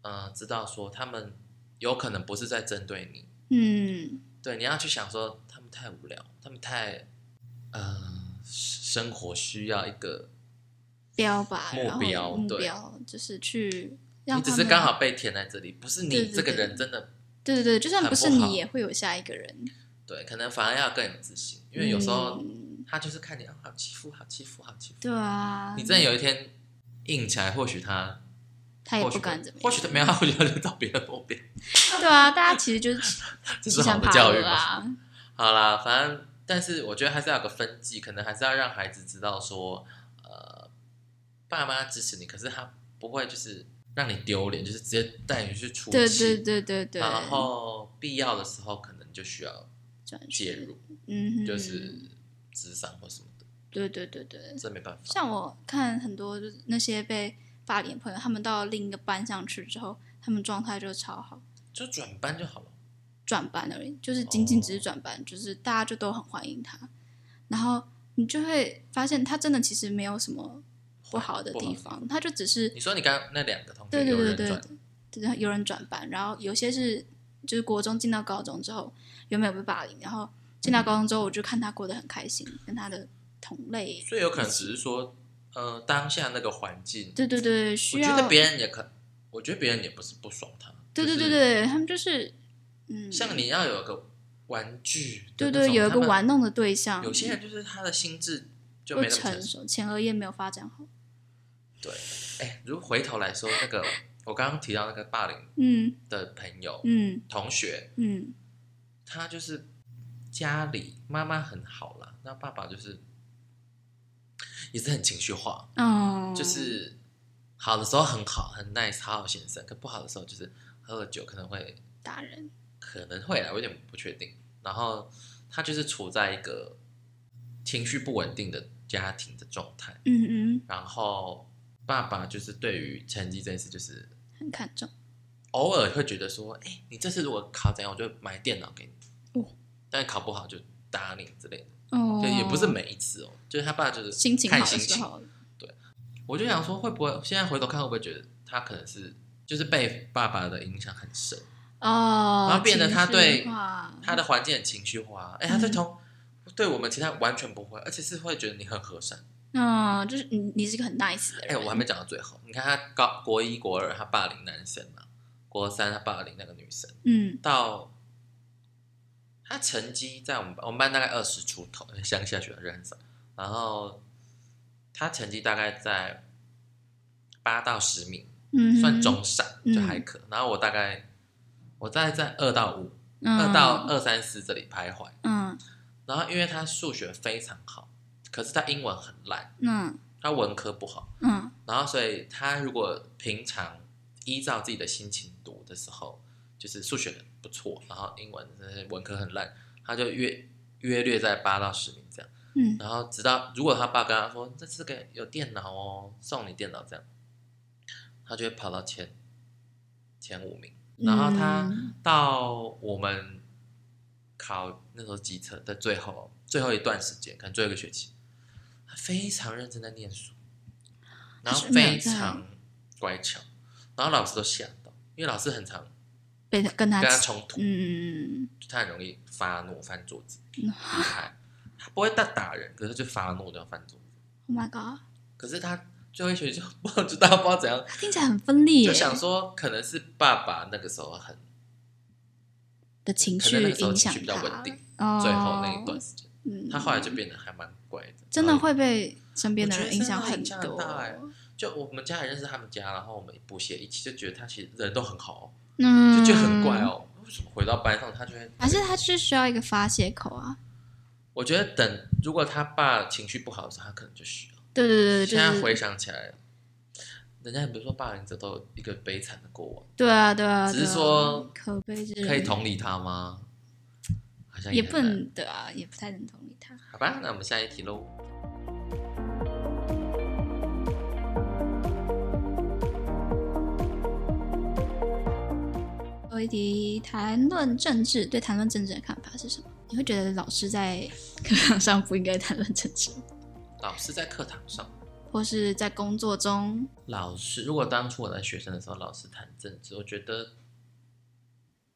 S2: 嗯、知道说他们有可能不是在针对你，
S1: 嗯，
S2: 对，你要去想说他们太无聊，他们太，呃，生活需要一个，
S1: 标靶
S2: 目
S1: 然后
S2: 标
S1: 目
S2: 对
S1: 标就是去让
S2: 你只
S1: 他
S2: 是
S1: 们
S2: 刚好被填在这里，不是
S1: 对
S2: 你
S1: 对
S2: 这个
S1: 对
S2: 人真的
S1: 对对对，就算
S2: 很
S1: 不是
S2: 不
S1: 你
S2: 好
S1: 也会有下一个人，
S2: 对，可能反而要更有自信，因为有时候
S1: 嗯
S2: 他就是看你啊，好欺负，好欺负，好欺负。
S1: 对啊，
S2: 你真的有一天硬起来，或许他
S1: 他也
S2: 或
S1: 不
S2: 许
S1: 敢怎么样，
S2: 或许他没有，或许他就找别的目标，
S1: 对啊，大家其实就是
S2: 这
S1: 欺
S2: 是好
S1: 善
S2: 的
S1: 怕
S2: 教育
S1: 恶
S2: 嘛。
S1: 啊，
S2: 好啦，反正但是我觉得还是要有个分际，可能还是要让孩子知道说，呃，爸妈支持你，可是他不会就是让你丢脸，就是直接带你去出
S1: 对对
S2: 气，
S1: 对对对，
S2: 然后必要的时候可能就需要
S1: 转
S2: 介
S1: 学
S2: 入，
S1: 嗯哼，
S2: 就是智商或什么的，
S1: 对对对对，
S2: 这没办法。
S1: 像我看很多就是那些被霸凌的朋友，他们到另一个班上去之后，他们状态就超好，
S2: 就转班就好了。
S1: 转班而已，就是仅仅
S2: 哦
S1: 只是转班，就是大家就都很欢迎他，然后你就会发现他真的其实没有什么不好的
S2: 不好
S1: 地方，他就只是
S2: 你说你刚刚那两个同学
S1: 对
S2: 有
S1: 对
S2: 人
S1: 对
S2: 转，
S1: 对，就是有人转班，然后有些是就是国中进到高中之后原本有被霸凌，然后进到高中之后，我就看他过得很开心，跟他的同类，
S2: 所以有可能只是说，呃，当下那个环境，
S1: 对对对，
S2: 我
S1: 需
S2: 觉
S1: 要
S2: 得，别人也可，我觉得别人也不是不爽他，
S1: 对对
S2: 就
S1: 对
S2: 是，
S1: 对，他们就是嗯，
S2: 像你要有个玩具的
S1: 对
S2: 那种，
S1: 对，有一
S2: 他
S1: 个
S2: 们
S1: 玩弄的对象，
S2: 有些人就是他的心智就
S1: 不
S2: 没那么成
S1: 成
S2: 熟。
S1: 熟，前额叶没有发展好，
S2: 对，哎，如果回头来说，那个我刚刚提到那个霸凌
S1: 嗯
S2: 的朋友、
S1: 嗯
S2: 同学，
S1: 嗯，
S2: 他就是家里妈妈很好啦，那爸爸就是也是很情绪化，
S1: 哦，
S2: 就是好的时候很好，很 nice，好好先生；可不好的时候就是喝了酒可能会
S1: 打人，
S2: 可能会啦，我有点不确定。然后他就是处在一个情绪不稳定的家庭的状态。
S1: 嗯嗯，
S2: 然后爸爸就是对于成绩这件事，就是
S1: 很看重，
S2: 偶尔会觉得说，哎、你这次如果考怎样，我就买电脑给你。
S1: 哦
S2: 但考不好就打你之类的，
S1: 哦，
S2: 就也不是每一次哦，就是他爸就是
S1: 心情好
S2: 看
S1: 的
S2: 心
S1: 时
S2: 情。
S1: 候，
S2: 我就想说，会不会现在回头看，会不会觉得他可能是就是被爸爸的影响很深，
S1: 哦，
S2: 然后变得他对
S1: 情绪化
S2: 他的环境很情绪化，哎、他对同、对我们其他完全不会，而且是会觉得你很和善。
S1: 嗯，就是你，你是一个很 nice 的
S2: 哎、
S1: 人。
S2: 我还没讲到最后，你看他高国一国二他霸凌男生嘛，国三他霸凌那个女生。
S1: 嗯
S2: 到他成绩在我们班我们班大概二十出头，乡下学生人很少。然后他成绩大概在八到十名，
S1: 嗯，
S2: 算中上，
S1: 嗯
S2: 就还可。然后我大概我大概在二到五、
S1: 嗯，
S2: 二到二三四这里徘徊。
S1: 嗯
S2: 然后因为他数学非常好，可是他英文很烂，
S1: 嗯
S2: 他文科不好。
S1: 嗯
S2: 然后所以他如果平常依照自己的心情读的时候，就是数学不错，然后英文呃文科很烂，他就约约略在八到十名这样。
S1: 嗯，
S2: 然后直到如果他爸跟他说这是个有电脑哦，送你电脑这样，他就会跑到前前五名。然后他
S1: 嗯
S2: 到我们考那时候机测的最后最后一段时间，可能最后一个学期，他非常认真在念书，然后
S1: 是没有
S2: 非
S1: 在
S2: 常乖巧，然后老师都吓到，因为老师很常
S1: 被他跟他
S2: 跟他冲突，
S1: 嗯嗯
S2: 他很容易发怒翻桌子， 厉害，他不会大打人，可是就发怒就翻桌子，
S1: ，Oh my god，
S2: 可是他最后一学期就不知道不知道怎样，
S1: 他听起来很分裂耶
S2: 就想说可能是爸爸那个时候很
S1: 的情
S2: 可能
S1: 绪
S2: 那个时候
S1: 影
S2: 情
S1: 响
S2: 绪比较
S1: 他，
S2: 稳定
S1: 哦，
S2: 最后那一段时间。
S1: 嗯，
S2: 他后来就变得还蛮乖的，
S1: 真
S2: 然
S1: 的
S2: 后
S1: 会被身边的
S2: 我
S1: 人
S2: 觉得
S1: 影响
S2: 真的
S1: 很
S2: 影响很
S1: 多
S2: 大哎。就我们家人认识他们家，然后我们补习一起，就觉得他其实人都很好、哦，
S1: 嗯，
S2: 就觉得很怪。哦。为什么回到班上他就会？
S1: 还是他是需要一个发泄口啊？
S2: 我觉得等如果他爸情绪不好的时候，他可能就需要。
S1: 对对对对，
S2: 现在
S1: 就是
S2: 回想起来，人家比如说霸凌者都有一个悲惨的过往，
S1: 对啊对啊，
S2: 只是
S1: 对啊
S2: 说
S1: 可悲之人
S2: 可以同理他吗？好像
S1: 也
S2: 很
S1: 不
S2: 难
S1: 能对啊，也不太能同理他。
S2: 好吧，那我们下一题喽。
S1: 有一题谈论政治，对谈论政治的看法是什么？你会觉得老师在课堂上不应该谈论政治，
S2: 老师在课堂上，
S1: 或是在工作中？
S2: 老师，如果当初我在学生的时候，老师谈政治，我觉得，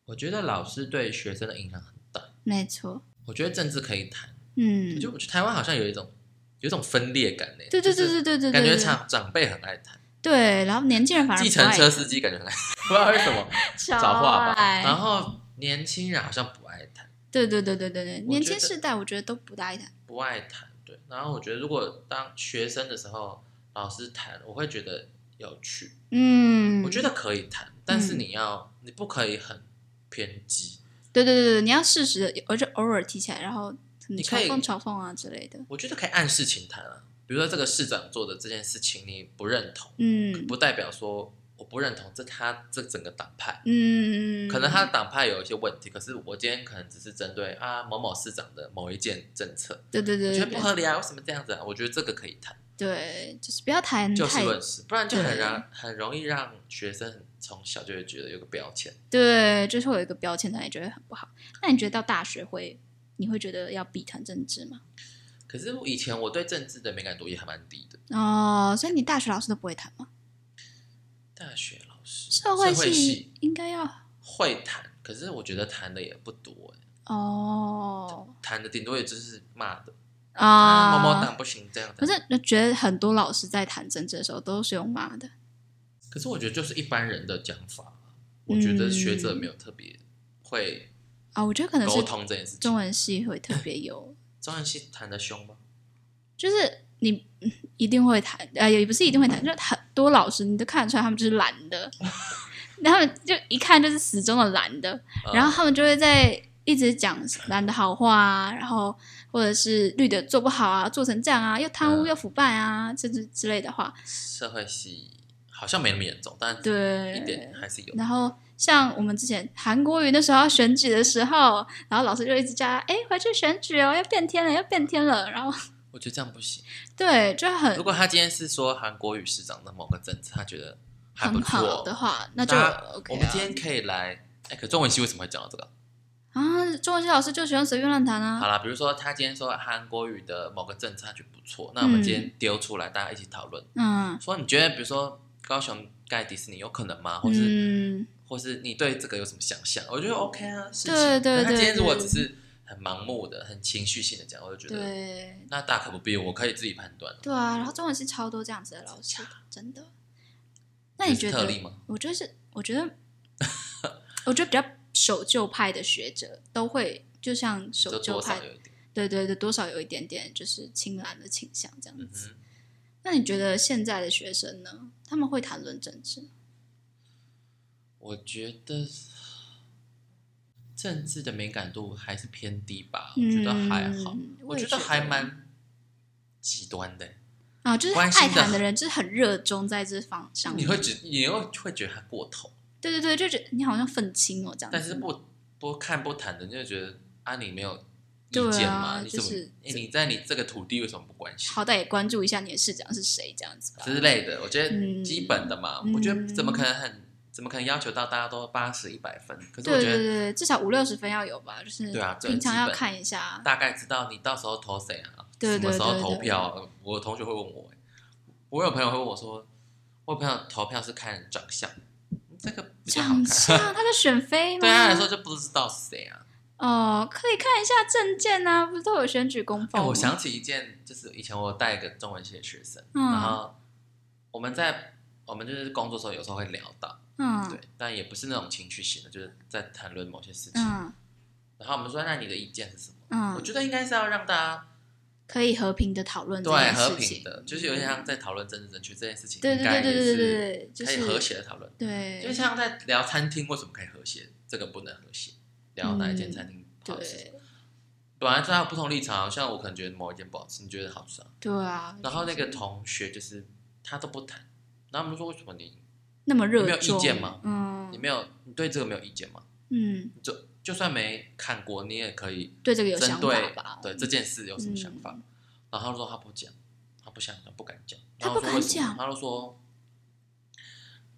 S2: 我觉得老师对学生的影响很大。
S1: 没错，
S2: 我觉得政治可以谈，
S1: 嗯，
S2: 就我觉得台湾好像有一种有一种分裂感呢。
S1: 对对
S2: 就
S1: 对
S2: 是
S1: 对对对，
S2: 感觉
S1: 对对
S2: 长长辈很爱谈，
S1: 对，然后年轻人反而
S2: 计
S1: 不爱
S2: 程车司机感觉很爱，不知道为 什么
S1: 超
S2: 找话吧。啊
S1: 爱
S2: 然后年轻人好像不爱谈，
S1: 对对对对对对，
S2: 得
S1: 年轻世代我觉得都不大爱谈，
S2: 不爱谈对。然后我觉得如果当学生的时候，老师谈，我会觉得有趣。
S1: 嗯，
S2: 我觉得可以谈，但是你要、你不可以很偏激。
S1: 对对对对，你要适时的，而且偶尔提起来，然后你
S2: 你可
S1: 嘲
S2: 以
S1: 讽嘲讽啊之类的，
S2: 我觉得可以按事情谈啊，比如说这个市长做的这件事情你不认同，
S1: 嗯，
S2: 不代表说我我不认同这他这整个党派，
S1: 嗯，
S2: 可能他的党派有一些问题，可是我今天可能只是针对啊某某市长的某一件政策，
S1: 对对
S2: 我
S1: 对
S2: 觉
S1: 对
S2: 得不
S1: 对
S2: 合理啊，为什么这样子啊？我觉得这个可以谈，
S1: 对，就是不要谈嗯
S2: 就
S1: 太
S2: 事论事，不然就很
S1: 对
S2: 让很容易让学生从小就会觉得有个标签。
S1: 对，就是会有一个标签在，你觉得很不好。那你觉得到大学会，你会觉得要避谈政治吗？
S2: 可是我以前我对政治的敏感度也还蛮低的，
S1: 哦，所以你大学老师都不会谈吗？
S2: 大学老师
S1: 社
S2: 会
S1: 系应该要
S2: 会谈，可是我觉得谈的也不多、欸，
S1: 哦
S2: 谈的顶多也就是骂的啊，
S1: 啊，
S2: 某某党不行这样。
S1: 可是我觉得很多老师在谈政治的时候都是用骂的，
S2: 可是我觉得就是一般人的讲法，啊我觉得学者没有特别会
S1: 啊，我觉得嗯可能
S2: 沟
S1: 是
S2: 通这件事情
S1: 中。文系会特别有，
S2: 中文系谈的凶吗？
S1: 就是你嗯一定会谈，呃，也不是一定会谈，就是很多老师你都看得出来他们就是懒的， 他们就一看就是死忠的懒的，
S2: 嗯
S1: 然后他们就会在一直讲蓝的好话啊，然后或者是绿的做不好啊，做成这样啊，又贪污
S2: 嗯
S1: 又腐败啊，这之之类的话。
S2: 社会系好像没那么严重，但
S1: 对
S2: 一点还是有。
S1: 然后像我们之前韩国瑜那时候要选举的时候，然后老师就一直叫他，哎，回去选举哦，要变天了，要变天了。然后
S2: 我觉得这样不行。
S1: 对，就很
S2: 如果他今天是说韩国语市长的某个政策，他觉得还不
S1: 很好
S2: 错
S1: 的，话，那就
S2: 大家
S1: OK
S2: 我们
S1: 啊
S2: 今。天可以来。哎，可中文系为什么会讲到这个？
S1: 啊，中文系老师就喜欢随便乱谈
S2: 好
S1: 啊。
S2: 啦，比如说他今天说韩国语的某个政策，他觉得不错，那我们今天丢出来，大家一起讨论，
S1: 嗯
S2: 说你觉得，比如说高雄盖迪士尼有可能吗？或是
S1: 嗯，
S2: 或是你对这个有什么想象？我觉得 OK 啊，事情。
S1: 对对
S2: 但他
S1: 对
S2: 今天如果
S1: 对
S2: 只是很盲目的、很情绪性的讲，我就觉得
S1: 对。
S2: 那大可不必，我可以自己判断。
S1: 对啊，然后中文系超多这样子的老师，真的。那你
S2: 这
S1: 觉
S2: 啊是
S1: 得？
S2: 特例吗？
S1: 我觉得是，我觉得，我觉得比较守旧派的学者都会，就像守
S2: 这
S1: 旧
S2: 多
S1: 派
S2: 少，有一点。
S1: 对对对，多少有一点点就是青蓝的倾向这样
S2: 嗯
S1: 子。
S2: 哼，
S1: 那你觉得现在的学生呢？他们会谈论政治吗？
S2: 我觉得政治的敏感度还是偏低吧，我觉得还好。
S1: 嗯
S2: 我
S1: 也
S2: 觉得还蛮极端的欸，
S1: 啊，就是
S2: 关心
S1: 爱
S2: 的
S1: 谈的人就是很热衷在这方上
S2: 你
S1: 面。
S2: 会觉你又会觉得他过头，
S1: 对对对，就觉得你好像愤青哦这样子。
S2: 但是不不看不谈的，你就觉得啊，你没有意
S1: 对啊
S2: 见吗？你
S1: 就
S2: 怎么、
S1: 是
S2: 哎你在你这个土地为什么不关心？
S1: 好歹也关注一下你的市长是谁这样子吧。
S2: 之类的，我觉
S1: 嗯
S2: 得基本的嘛，
S1: 嗯
S2: 我觉得怎么可能很，怎么可能要求到大家都八十一百分？可是我
S1: 对
S2: 觉
S1: 对
S2: 得
S1: 对，至少五六十分要有吧，就是
S2: 对啊这
S1: 平常要
S2: 基本
S1: 看一下。
S2: 大概知道你到时候投谁啊，
S1: 对对
S2: 什么时候
S1: 对
S2: 投
S1: 对
S2: 票啊。我同学会问我、欸我有朋友会问我说，我有朋友投票是看长相，这个比较好
S1: 长相，
S2: 看。
S1: 他在选妃吗？
S2: 对他来说就不知道是谁啊。
S1: 哦，可以看一下证件啊，不是都有选举公
S2: 哎、
S1: 报吗？
S2: 我想起一件，就是以前我带一个中文系的学生，然
S1: 嗯
S2: 后我们在我们就是工作的时候有时候会聊到，对
S1: 嗯，
S2: 但也不是那种情绪型的，就是在谈论某些事情。
S1: 嗯
S2: 然后我们说，那你的意见是什么？我
S1: 嗯，
S2: 觉得应该是要让大家
S1: 可以和平的讨论这
S2: 对
S1: 件
S2: 和
S1: 事
S2: 平
S1: 情。
S2: 的，就是有点像在讨论政治正确这件事情，
S1: 对
S2: 应
S1: 对
S2: 该
S1: 对对对对
S2: 也是
S1: 对，就
S2: 可以和
S1: 是
S2: 谐的讨论。就
S1: 对
S2: 像在聊餐厅为什么可以和谐，这个不能和谐，聊哪一间餐厅好
S1: 嗯
S2: 吃。
S1: 对
S2: 本来大家有不同立场，啊像我可能觉得某一间不好吃，你觉得好吃啊？
S1: 对啊，
S2: 然后那个同学就是他都不谈，然后我们说为什么你
S1: 那么热
S2: 你没有
S1: 衷，
S2: 意见吗你
S1: 嗯
S2: 没有你对这个没有意见吗？
S1: 嗯，
S2: 就算没看过，你也可以
S1: 对这个有
S2: 针
S1: 想
S2: 对
S1: 法吧？
S2: 对这件事有什么想法？
S1: 嗯
S2: 然后他说他不讲，他不想讲，不敢讲。
S1: 他
S2: 然后我
S1: 不
S2: 说为
S1: 敢
S2: 什么
S1: 讲
S2: 他就说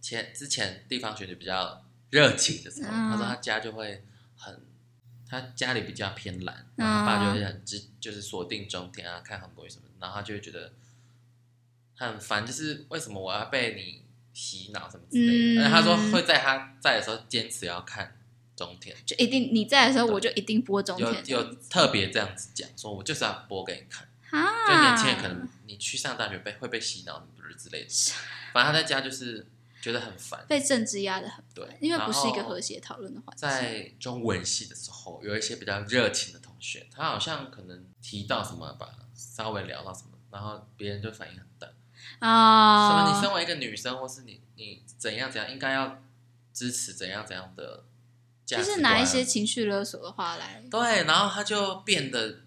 S2: 前之前地方选举比较热情的时候，
S1: 嗯
S2: 他说他家就会很，他家里比较偏蓝，
S1: 嗯
S2: 然后他爸就会很支，就是锁定中天啊，看韩国语什么的，然后他就会觉得很烦，就是为什么我要被你洗脑什么之类的。
S1: 嗯
S2: 而且他说会在他在的时候坚持要看中天。
S1: 就一定你在的时候，
S2: 对
S1: 我就一定播中
S2: 有
S1: 天这样
S2: 有特别这样子讲，说我就是要播给你看，
S1: 啊，
S2: 就年轻人可能你去上大学被会被洗脑什么之类的，反正他在家就是觉得很烦。
S1: 被政治压得很，
S2: 对，
S1: 因为不是一个
S2: 然后
S1: 和谐讨论的环境。
S2: 在中文系的时候，有一些比较热情的同学，他好像可能提到什么吧，稍微聊到什么，然后别人就反应很大，什
S1: 啊，
S2: 么你身为一个女生，或是你你怎样怎样，应该要支持怎样怎样的价
S1: 就
S2: 值观啊，
S1: 是拿一些情绪勒索的话来，
S2: 对，然后他就变得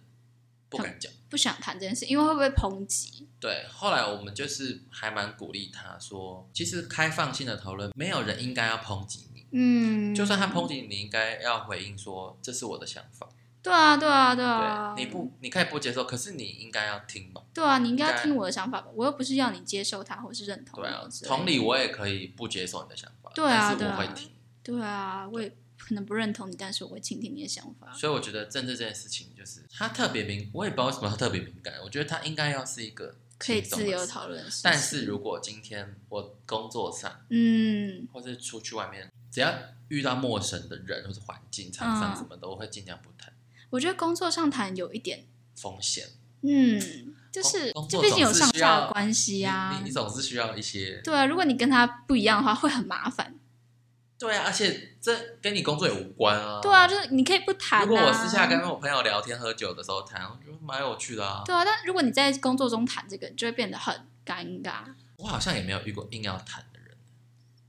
S2: 不敢讲，
S1: 不想谈这件事，因为会不会抨击？
S2: 对，后来我们就是还蛮鼓励他说，其实开放性的讨论，没有人应该要抨击你，
S1: 嗯，
S2: 就算他抨击你，你应该要回应说这是我的想法，
S1: 对啊，对啊，对啊，
S2: 对，你不你可以不接受，可是你应该要听吧，
S1: 对啊，你应该
S2: 应
S1: 要
S2: 该
S1: 听我的想法吧，我又不是要你接受他或是认同
S2: 对啊
S1: 我哦之，类的。
S2: 同理我也可以不接受你的想法，
S1: 对啊
S2: 但是
S1: 对
S2: 我
S1: 啊
S2: 会听，
S1: 对啊，我也可能不认同你，但是我会倾听你的想法。
S2: 所以我觉得政治这件事情就是他特别敏，我也不知道为什么他特别敏感，我觉得他应该要是一个
S1: 可以
S2: 轻松
S1: 自
S2: 的
S1: 由
S2: 事
S1: 讨论的事情。
S2: 但是如果今天我工作上
S1: 嗯
S2: 或是出去外面，只要遇到陌生的人或是环境、厂商
S1: 嗯
S2: 什么的，我会尽量不谈
S1: 我觉得工作上谈有一点，
S2: 风险。
S1: 嗯，就是
S2: 工
S1: 就
S2: 作
S1: 毕竟有
S2: 总是
S1: 上
S2: 需
S1: 下
S2: 要
S1: 的关系
S2: 你
S1: 啊
S2: 你，你总是需要一些
S1: 对啊，如果你跟他不一样的话，会很麻烦。
S2: 对啊，而且这跟你工作也无关啊。
S1: 对啊，就是你可以不谈、啊。
S2: 如果我私下跟我朋友聊天喝酒的时候谈，我觉得蛮有趣的啊。
S1: 对啊，但如果你在工作中谈这个，就会变得很尴尬。
S2: 我好像也没有遇过硬要谈的人，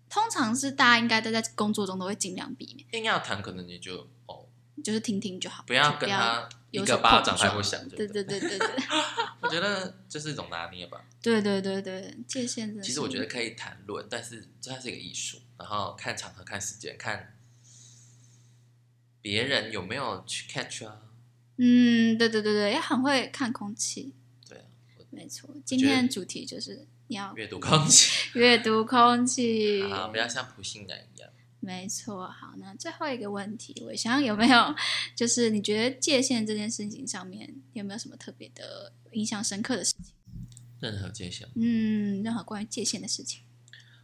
S1: 通常是大家应该都在工作中都会尽量避免，
S2: 硬要谈可能你就哦
S1: 就是听听就好，
S2: 不要
S1: 就
S2: 跟他一
S1: 有
S2: 个
S1: 所
S2: 巴
S1: 碰
S2: 掌拍
S1: 撞
S2: 不响，
S1: 对
S2: 对
S1: 对对对 对
S2: 我觉得这是一种拿捏吧。
S1: 对对对对，界限真的
S2: 其实
S1: 是
S2: 我觉得可以谈论，但是这它是一个艺术，然后看场合、看时间、看别人有没有去 catch 啊。
S1: 嗯，对对对对，也很会看空气，
S2: 对啊，
S1: 没错。今天的主题就是你要
S2: 阅读空气
S1: 阅读空气，
S2: 啊，不要像普信男一样。
S1: 没错。好，那最后一个问题，我想有没有就是你觉得界限这件事情上面有没有什么特别的印象深刻的事情？
S2: 任何界限，
S1: 嗯，任何关于界限的事情，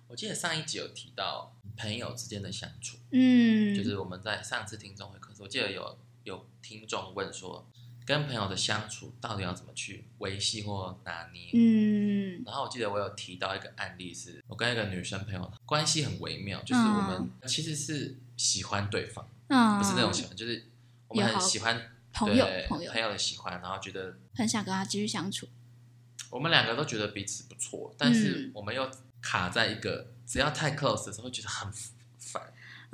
S2: 我记得上一集有提到朋友之间的相处，
S1: 嗯，
S2: 就是我们在上次听众会课时候，我记得有有听众问说，跟朋友的相处到底要怎么去维系或拿捏？
S1: 嗯
S2: 然后我记得我有提到一个案例是，我跟一个女生朋友关系很微妙，就是我们其实是喜欢对方，
S1: 嗯，
S2: 不是那种喜欢，就是我们
S1: 有
S2: 很
S1: 好
S2: 喜欢
S1: 朋友
S2: 对
S1: 朋友
S2: 的喜欢，然后觉得
S1: 很想跟他继续相处，
S2: 我们两个都觉得彼此不错，但
S1: 嗯
S2: 是我们又卡在一个只要太 close 的时候，会觉得很烦。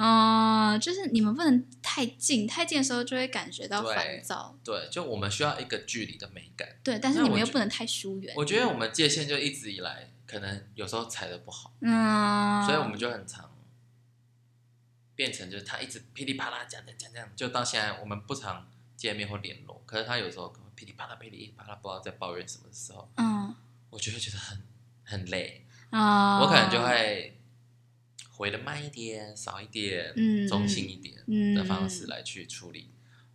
S1: 嗯，就是你们不能太近，太近的时候就会感觉到
S2: 对
S1: 烦躁，
S2: 对，就我们需要一个距离的美感。
S1: 对，但是
S2: 那
S1: 你
S2: 我
S1: 们又
S2: 觉
S1: 不能太疏远，
S2: 我觉得我们界限就一直以来可能有时候踩的不好，
S1: 嗯，
S2: 所以我们就很常变成就是他一直噼里啪啦讲讲讲讲，就到现在我们不常见面或联络，可是他有时候可能噼里啪啦噼里啪啦不知道在抱怨什么的时候，
S1: 嗯
S2: 我就会觉得很很累，
S1: 啊，
S2: 我可能就会回的慢一点、少一点、
S1: 嗯
S2: 中性一点
S1: 嗯
S2: 的方式来去处理，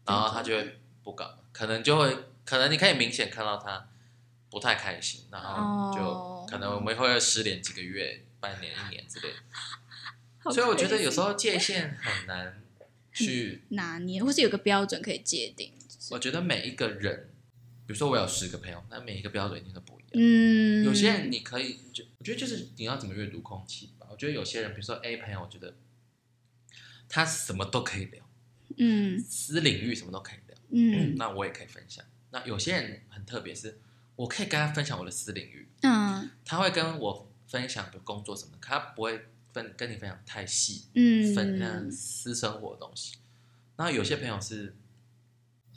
S2: 然后他就会不搞，可能就会可能你可以明显看到他不太开心，然后就、
S1: 哦
S2: 可能我们会失联几个月、半年、一年之类的。
S1: 好
S2: 所以我觉得有时
S1: 可嗯
S2: 候界限很难去，
S1: 以拿捏，或是有个标准可以界定，
S2: 我觉得每一个人，比如说我有十个朋友，那每一个标准一定都不一样。
S1: 嗯，
S2: 有些人你可以，就我觉得就是你要怎么阅读空气吧。我觉得有些人，比如说 A 朋友，我觉得他什么都可以聊，
S1: 嗯
S2: 私领域什么都可以聊，
S1: 嗯
S2: 那我也可以分享。那有些人很特别是，我可以跟他分享我的私领域，
S1: 嗯
S2: 他会跟我分享的工作什么的，可他不会分跟你分享太细分享
S1: 嗯，
S2: 私生活的东西。然后有些朋友是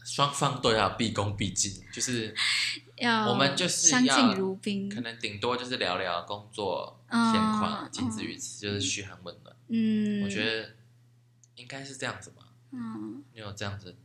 S2: 双方都要毕恭毕敬，就是
S1: 要
S2: 我们就是
S1: 相
S2: 要
S1: 敬如宾，
S2: 可能顶多就是聊聊工作
S1: 嗯
S2: 现况，仅止
S1: 嗯
S2: 于此，就是嘘寒问暖。
S1: 嗯，
S2: 我觉得应该是这样子吧？
S1: 嗯
S2: 你有这样子的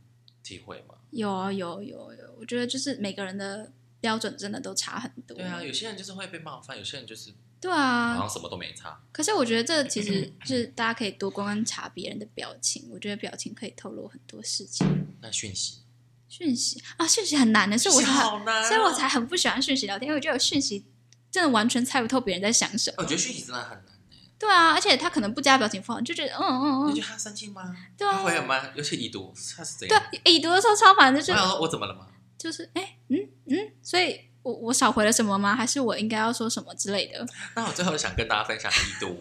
S2: 体会吗？
S1: 有啊有有有，我觉得就是每个人的标准真的都差很多，
S2: 对啊，有些人就是会被冒犯，有些人就是
S1: 对
S2: 好
S1: 啊
S2: 像，什么都没差。
S1: 可是我觉得这其实就是大家可以多观察别人的表情，我觉得表情可以透露很多事情。
S2: 那讯息，
S1: 讯息啊，讯息很难的，所以我
S2: 讯息
S1: 才
S2: 好难哦
S1: 所以我才很不喜欢讯息聊天，因为我觉得有讯息真的完全猜不透别人在想什么。
S2: 我觉得讯息真的很难欸。
S1: 对啊，而且他可能不加表情符号，你就觉得嗯嗯
S2: 你
S1: 嗯，
S2: 觉得他生气吗？
S1: 对啊
S2: 他会吗？尤其已读，他是怎
S1: 对
S2: 样？
S1: 啊，已读的时候超烦的，
S2: 我
S1: 就
S2: 想
S1: 是
S2: 说，我怎么了吗？
S1: 就是哎嗯嗯，所以我我少回了什么吗？还是我应该要说什么之类的？
S2: 那我最后想跟大家分享 已读，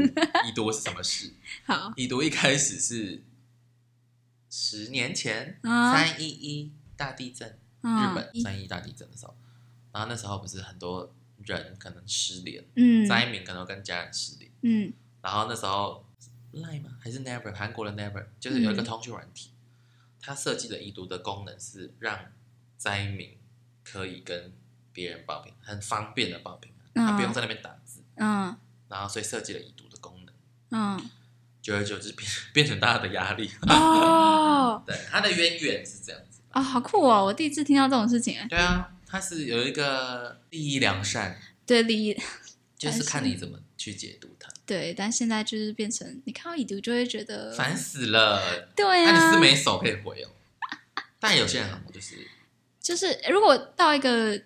S2: 已读是什么事？
S1: 好，
S2: 已读一开始是十年前
S1: 啊
S2: 三一一大地震，
S1: 嗯、
S2: 日本三一大地震的时候，然后那时候不是很多人可能失联，
S1: 嗯
S2: 灾民可能跟家人失联，
S1: 嗯
S2: 然后那时候 Line 吗？还是 Never 韩国的 Never 就是有一个
S1: 嗯
S2: 通讯软体，它设计的已读的功能是让灾民可以跟别人报平，很方便的报平，
S1: 嗯
S2: 他不用在那边打字，
S1: 嗯
S2: 然后所以设计了已读的功能，
S1: 嗯，
S2: 久而久之变变成大家的压力。
S1: 哦
S2: 对，它的渊源是这样子。
S1: 哦，好酷哦！我第一次听到这种事情，哎
S2: 对啊，它是有一个利益良善，
S1: 对利益，
S2: 就是看你怎么去解读它。
S1: 对，但现在就是变成你看到已读就会觉得，
S2: 烦死了，
S1: 对
S2: 那、
S1: 啊，
S2: 你是没手可以回哦。但有些人很就是
S1: 就是如果到一个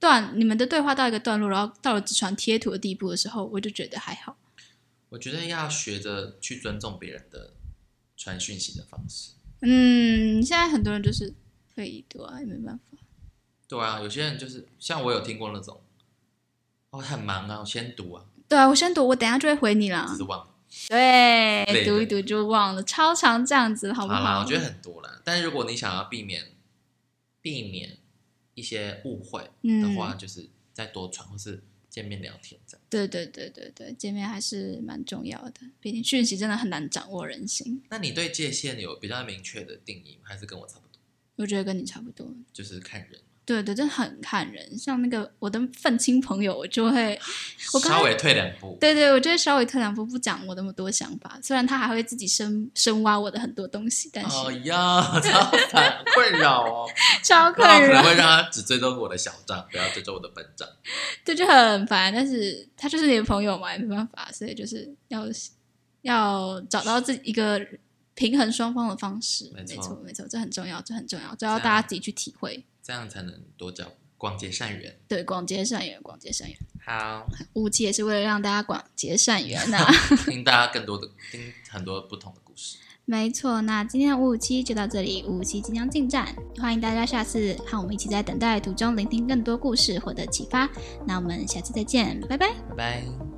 S1: 段，你们的对话到一个段落，然后到了只传贴图的地步的时候，我就觉得还好。
S2: 我觉得要学着去尊重别人的传讯息的方式。
S1: 嗯，现在很多人就是会已读啊，也没办法。
S2: 对啊，有些人就是像我有听过那种，哦，很忙啊，我先读啊，
S1: 对啊，我先读，我等一下就会回你啦
S2: 只。是忘了。
S1: 对，
S2: 对
S1: 读一读就忘了，超常这样子，好不
S2: 好啦，我觉
S1: 得，
S2: 得很多啦。但是如果你想要避免避免一些误会的话，
S1: 嗯，
S2: 就是再多传或是见面聊天这样。
S1: 对对对对对，见面还是蛮重要的，毕竟讯息真的很难掌握人心。
S2: 那你对界限有比较明确的定义吗？还是跟我差不多？
S1: 我觉得跟你差不多。
S2: 就是看人，
S1: 对对，真的很看人，像那个我的愤青朋友，我就会，我刚才
S2: 稍微退两步。
S1: 对对，我就会稍微特朗普不讲我那么多想法，虽然他还会自己深深挖我的很多东西，但是
S2: 哦呀， 超烦，困扰哦。
S1: 超
S2: 那我
S1: 困
S2: 可能
S1: 扰，
S2: 会让他只追踪我的小账，不要追踪我的本账。
S1: 对，就很烦。但是他就是你的朋友嘛，也没办法，所以就是要要找到自己一个平衡双方的方式。
S2: 没
S1: 没
S2: 错
S1: 错，没错，这很重要，这很重要，这
S2: 这
S1: 要
S2: 样
S1: 大家自己去体会。
S2: 这样才能多交广结善缘。
S1: 对，广结善缘，广结善缘，
S2: 好，
S1: 五期也是为了让大家广结善缘啊呐、
S2: 听大家更多的听很多不同的故事。
S1: 没错，那今天的五五七就到这里，五五七即将进站，欢迎大家下次和我们一起在等待途中聆听更多故事，获得启发。那我们下次再见，拜拜。
S2: 拜拜。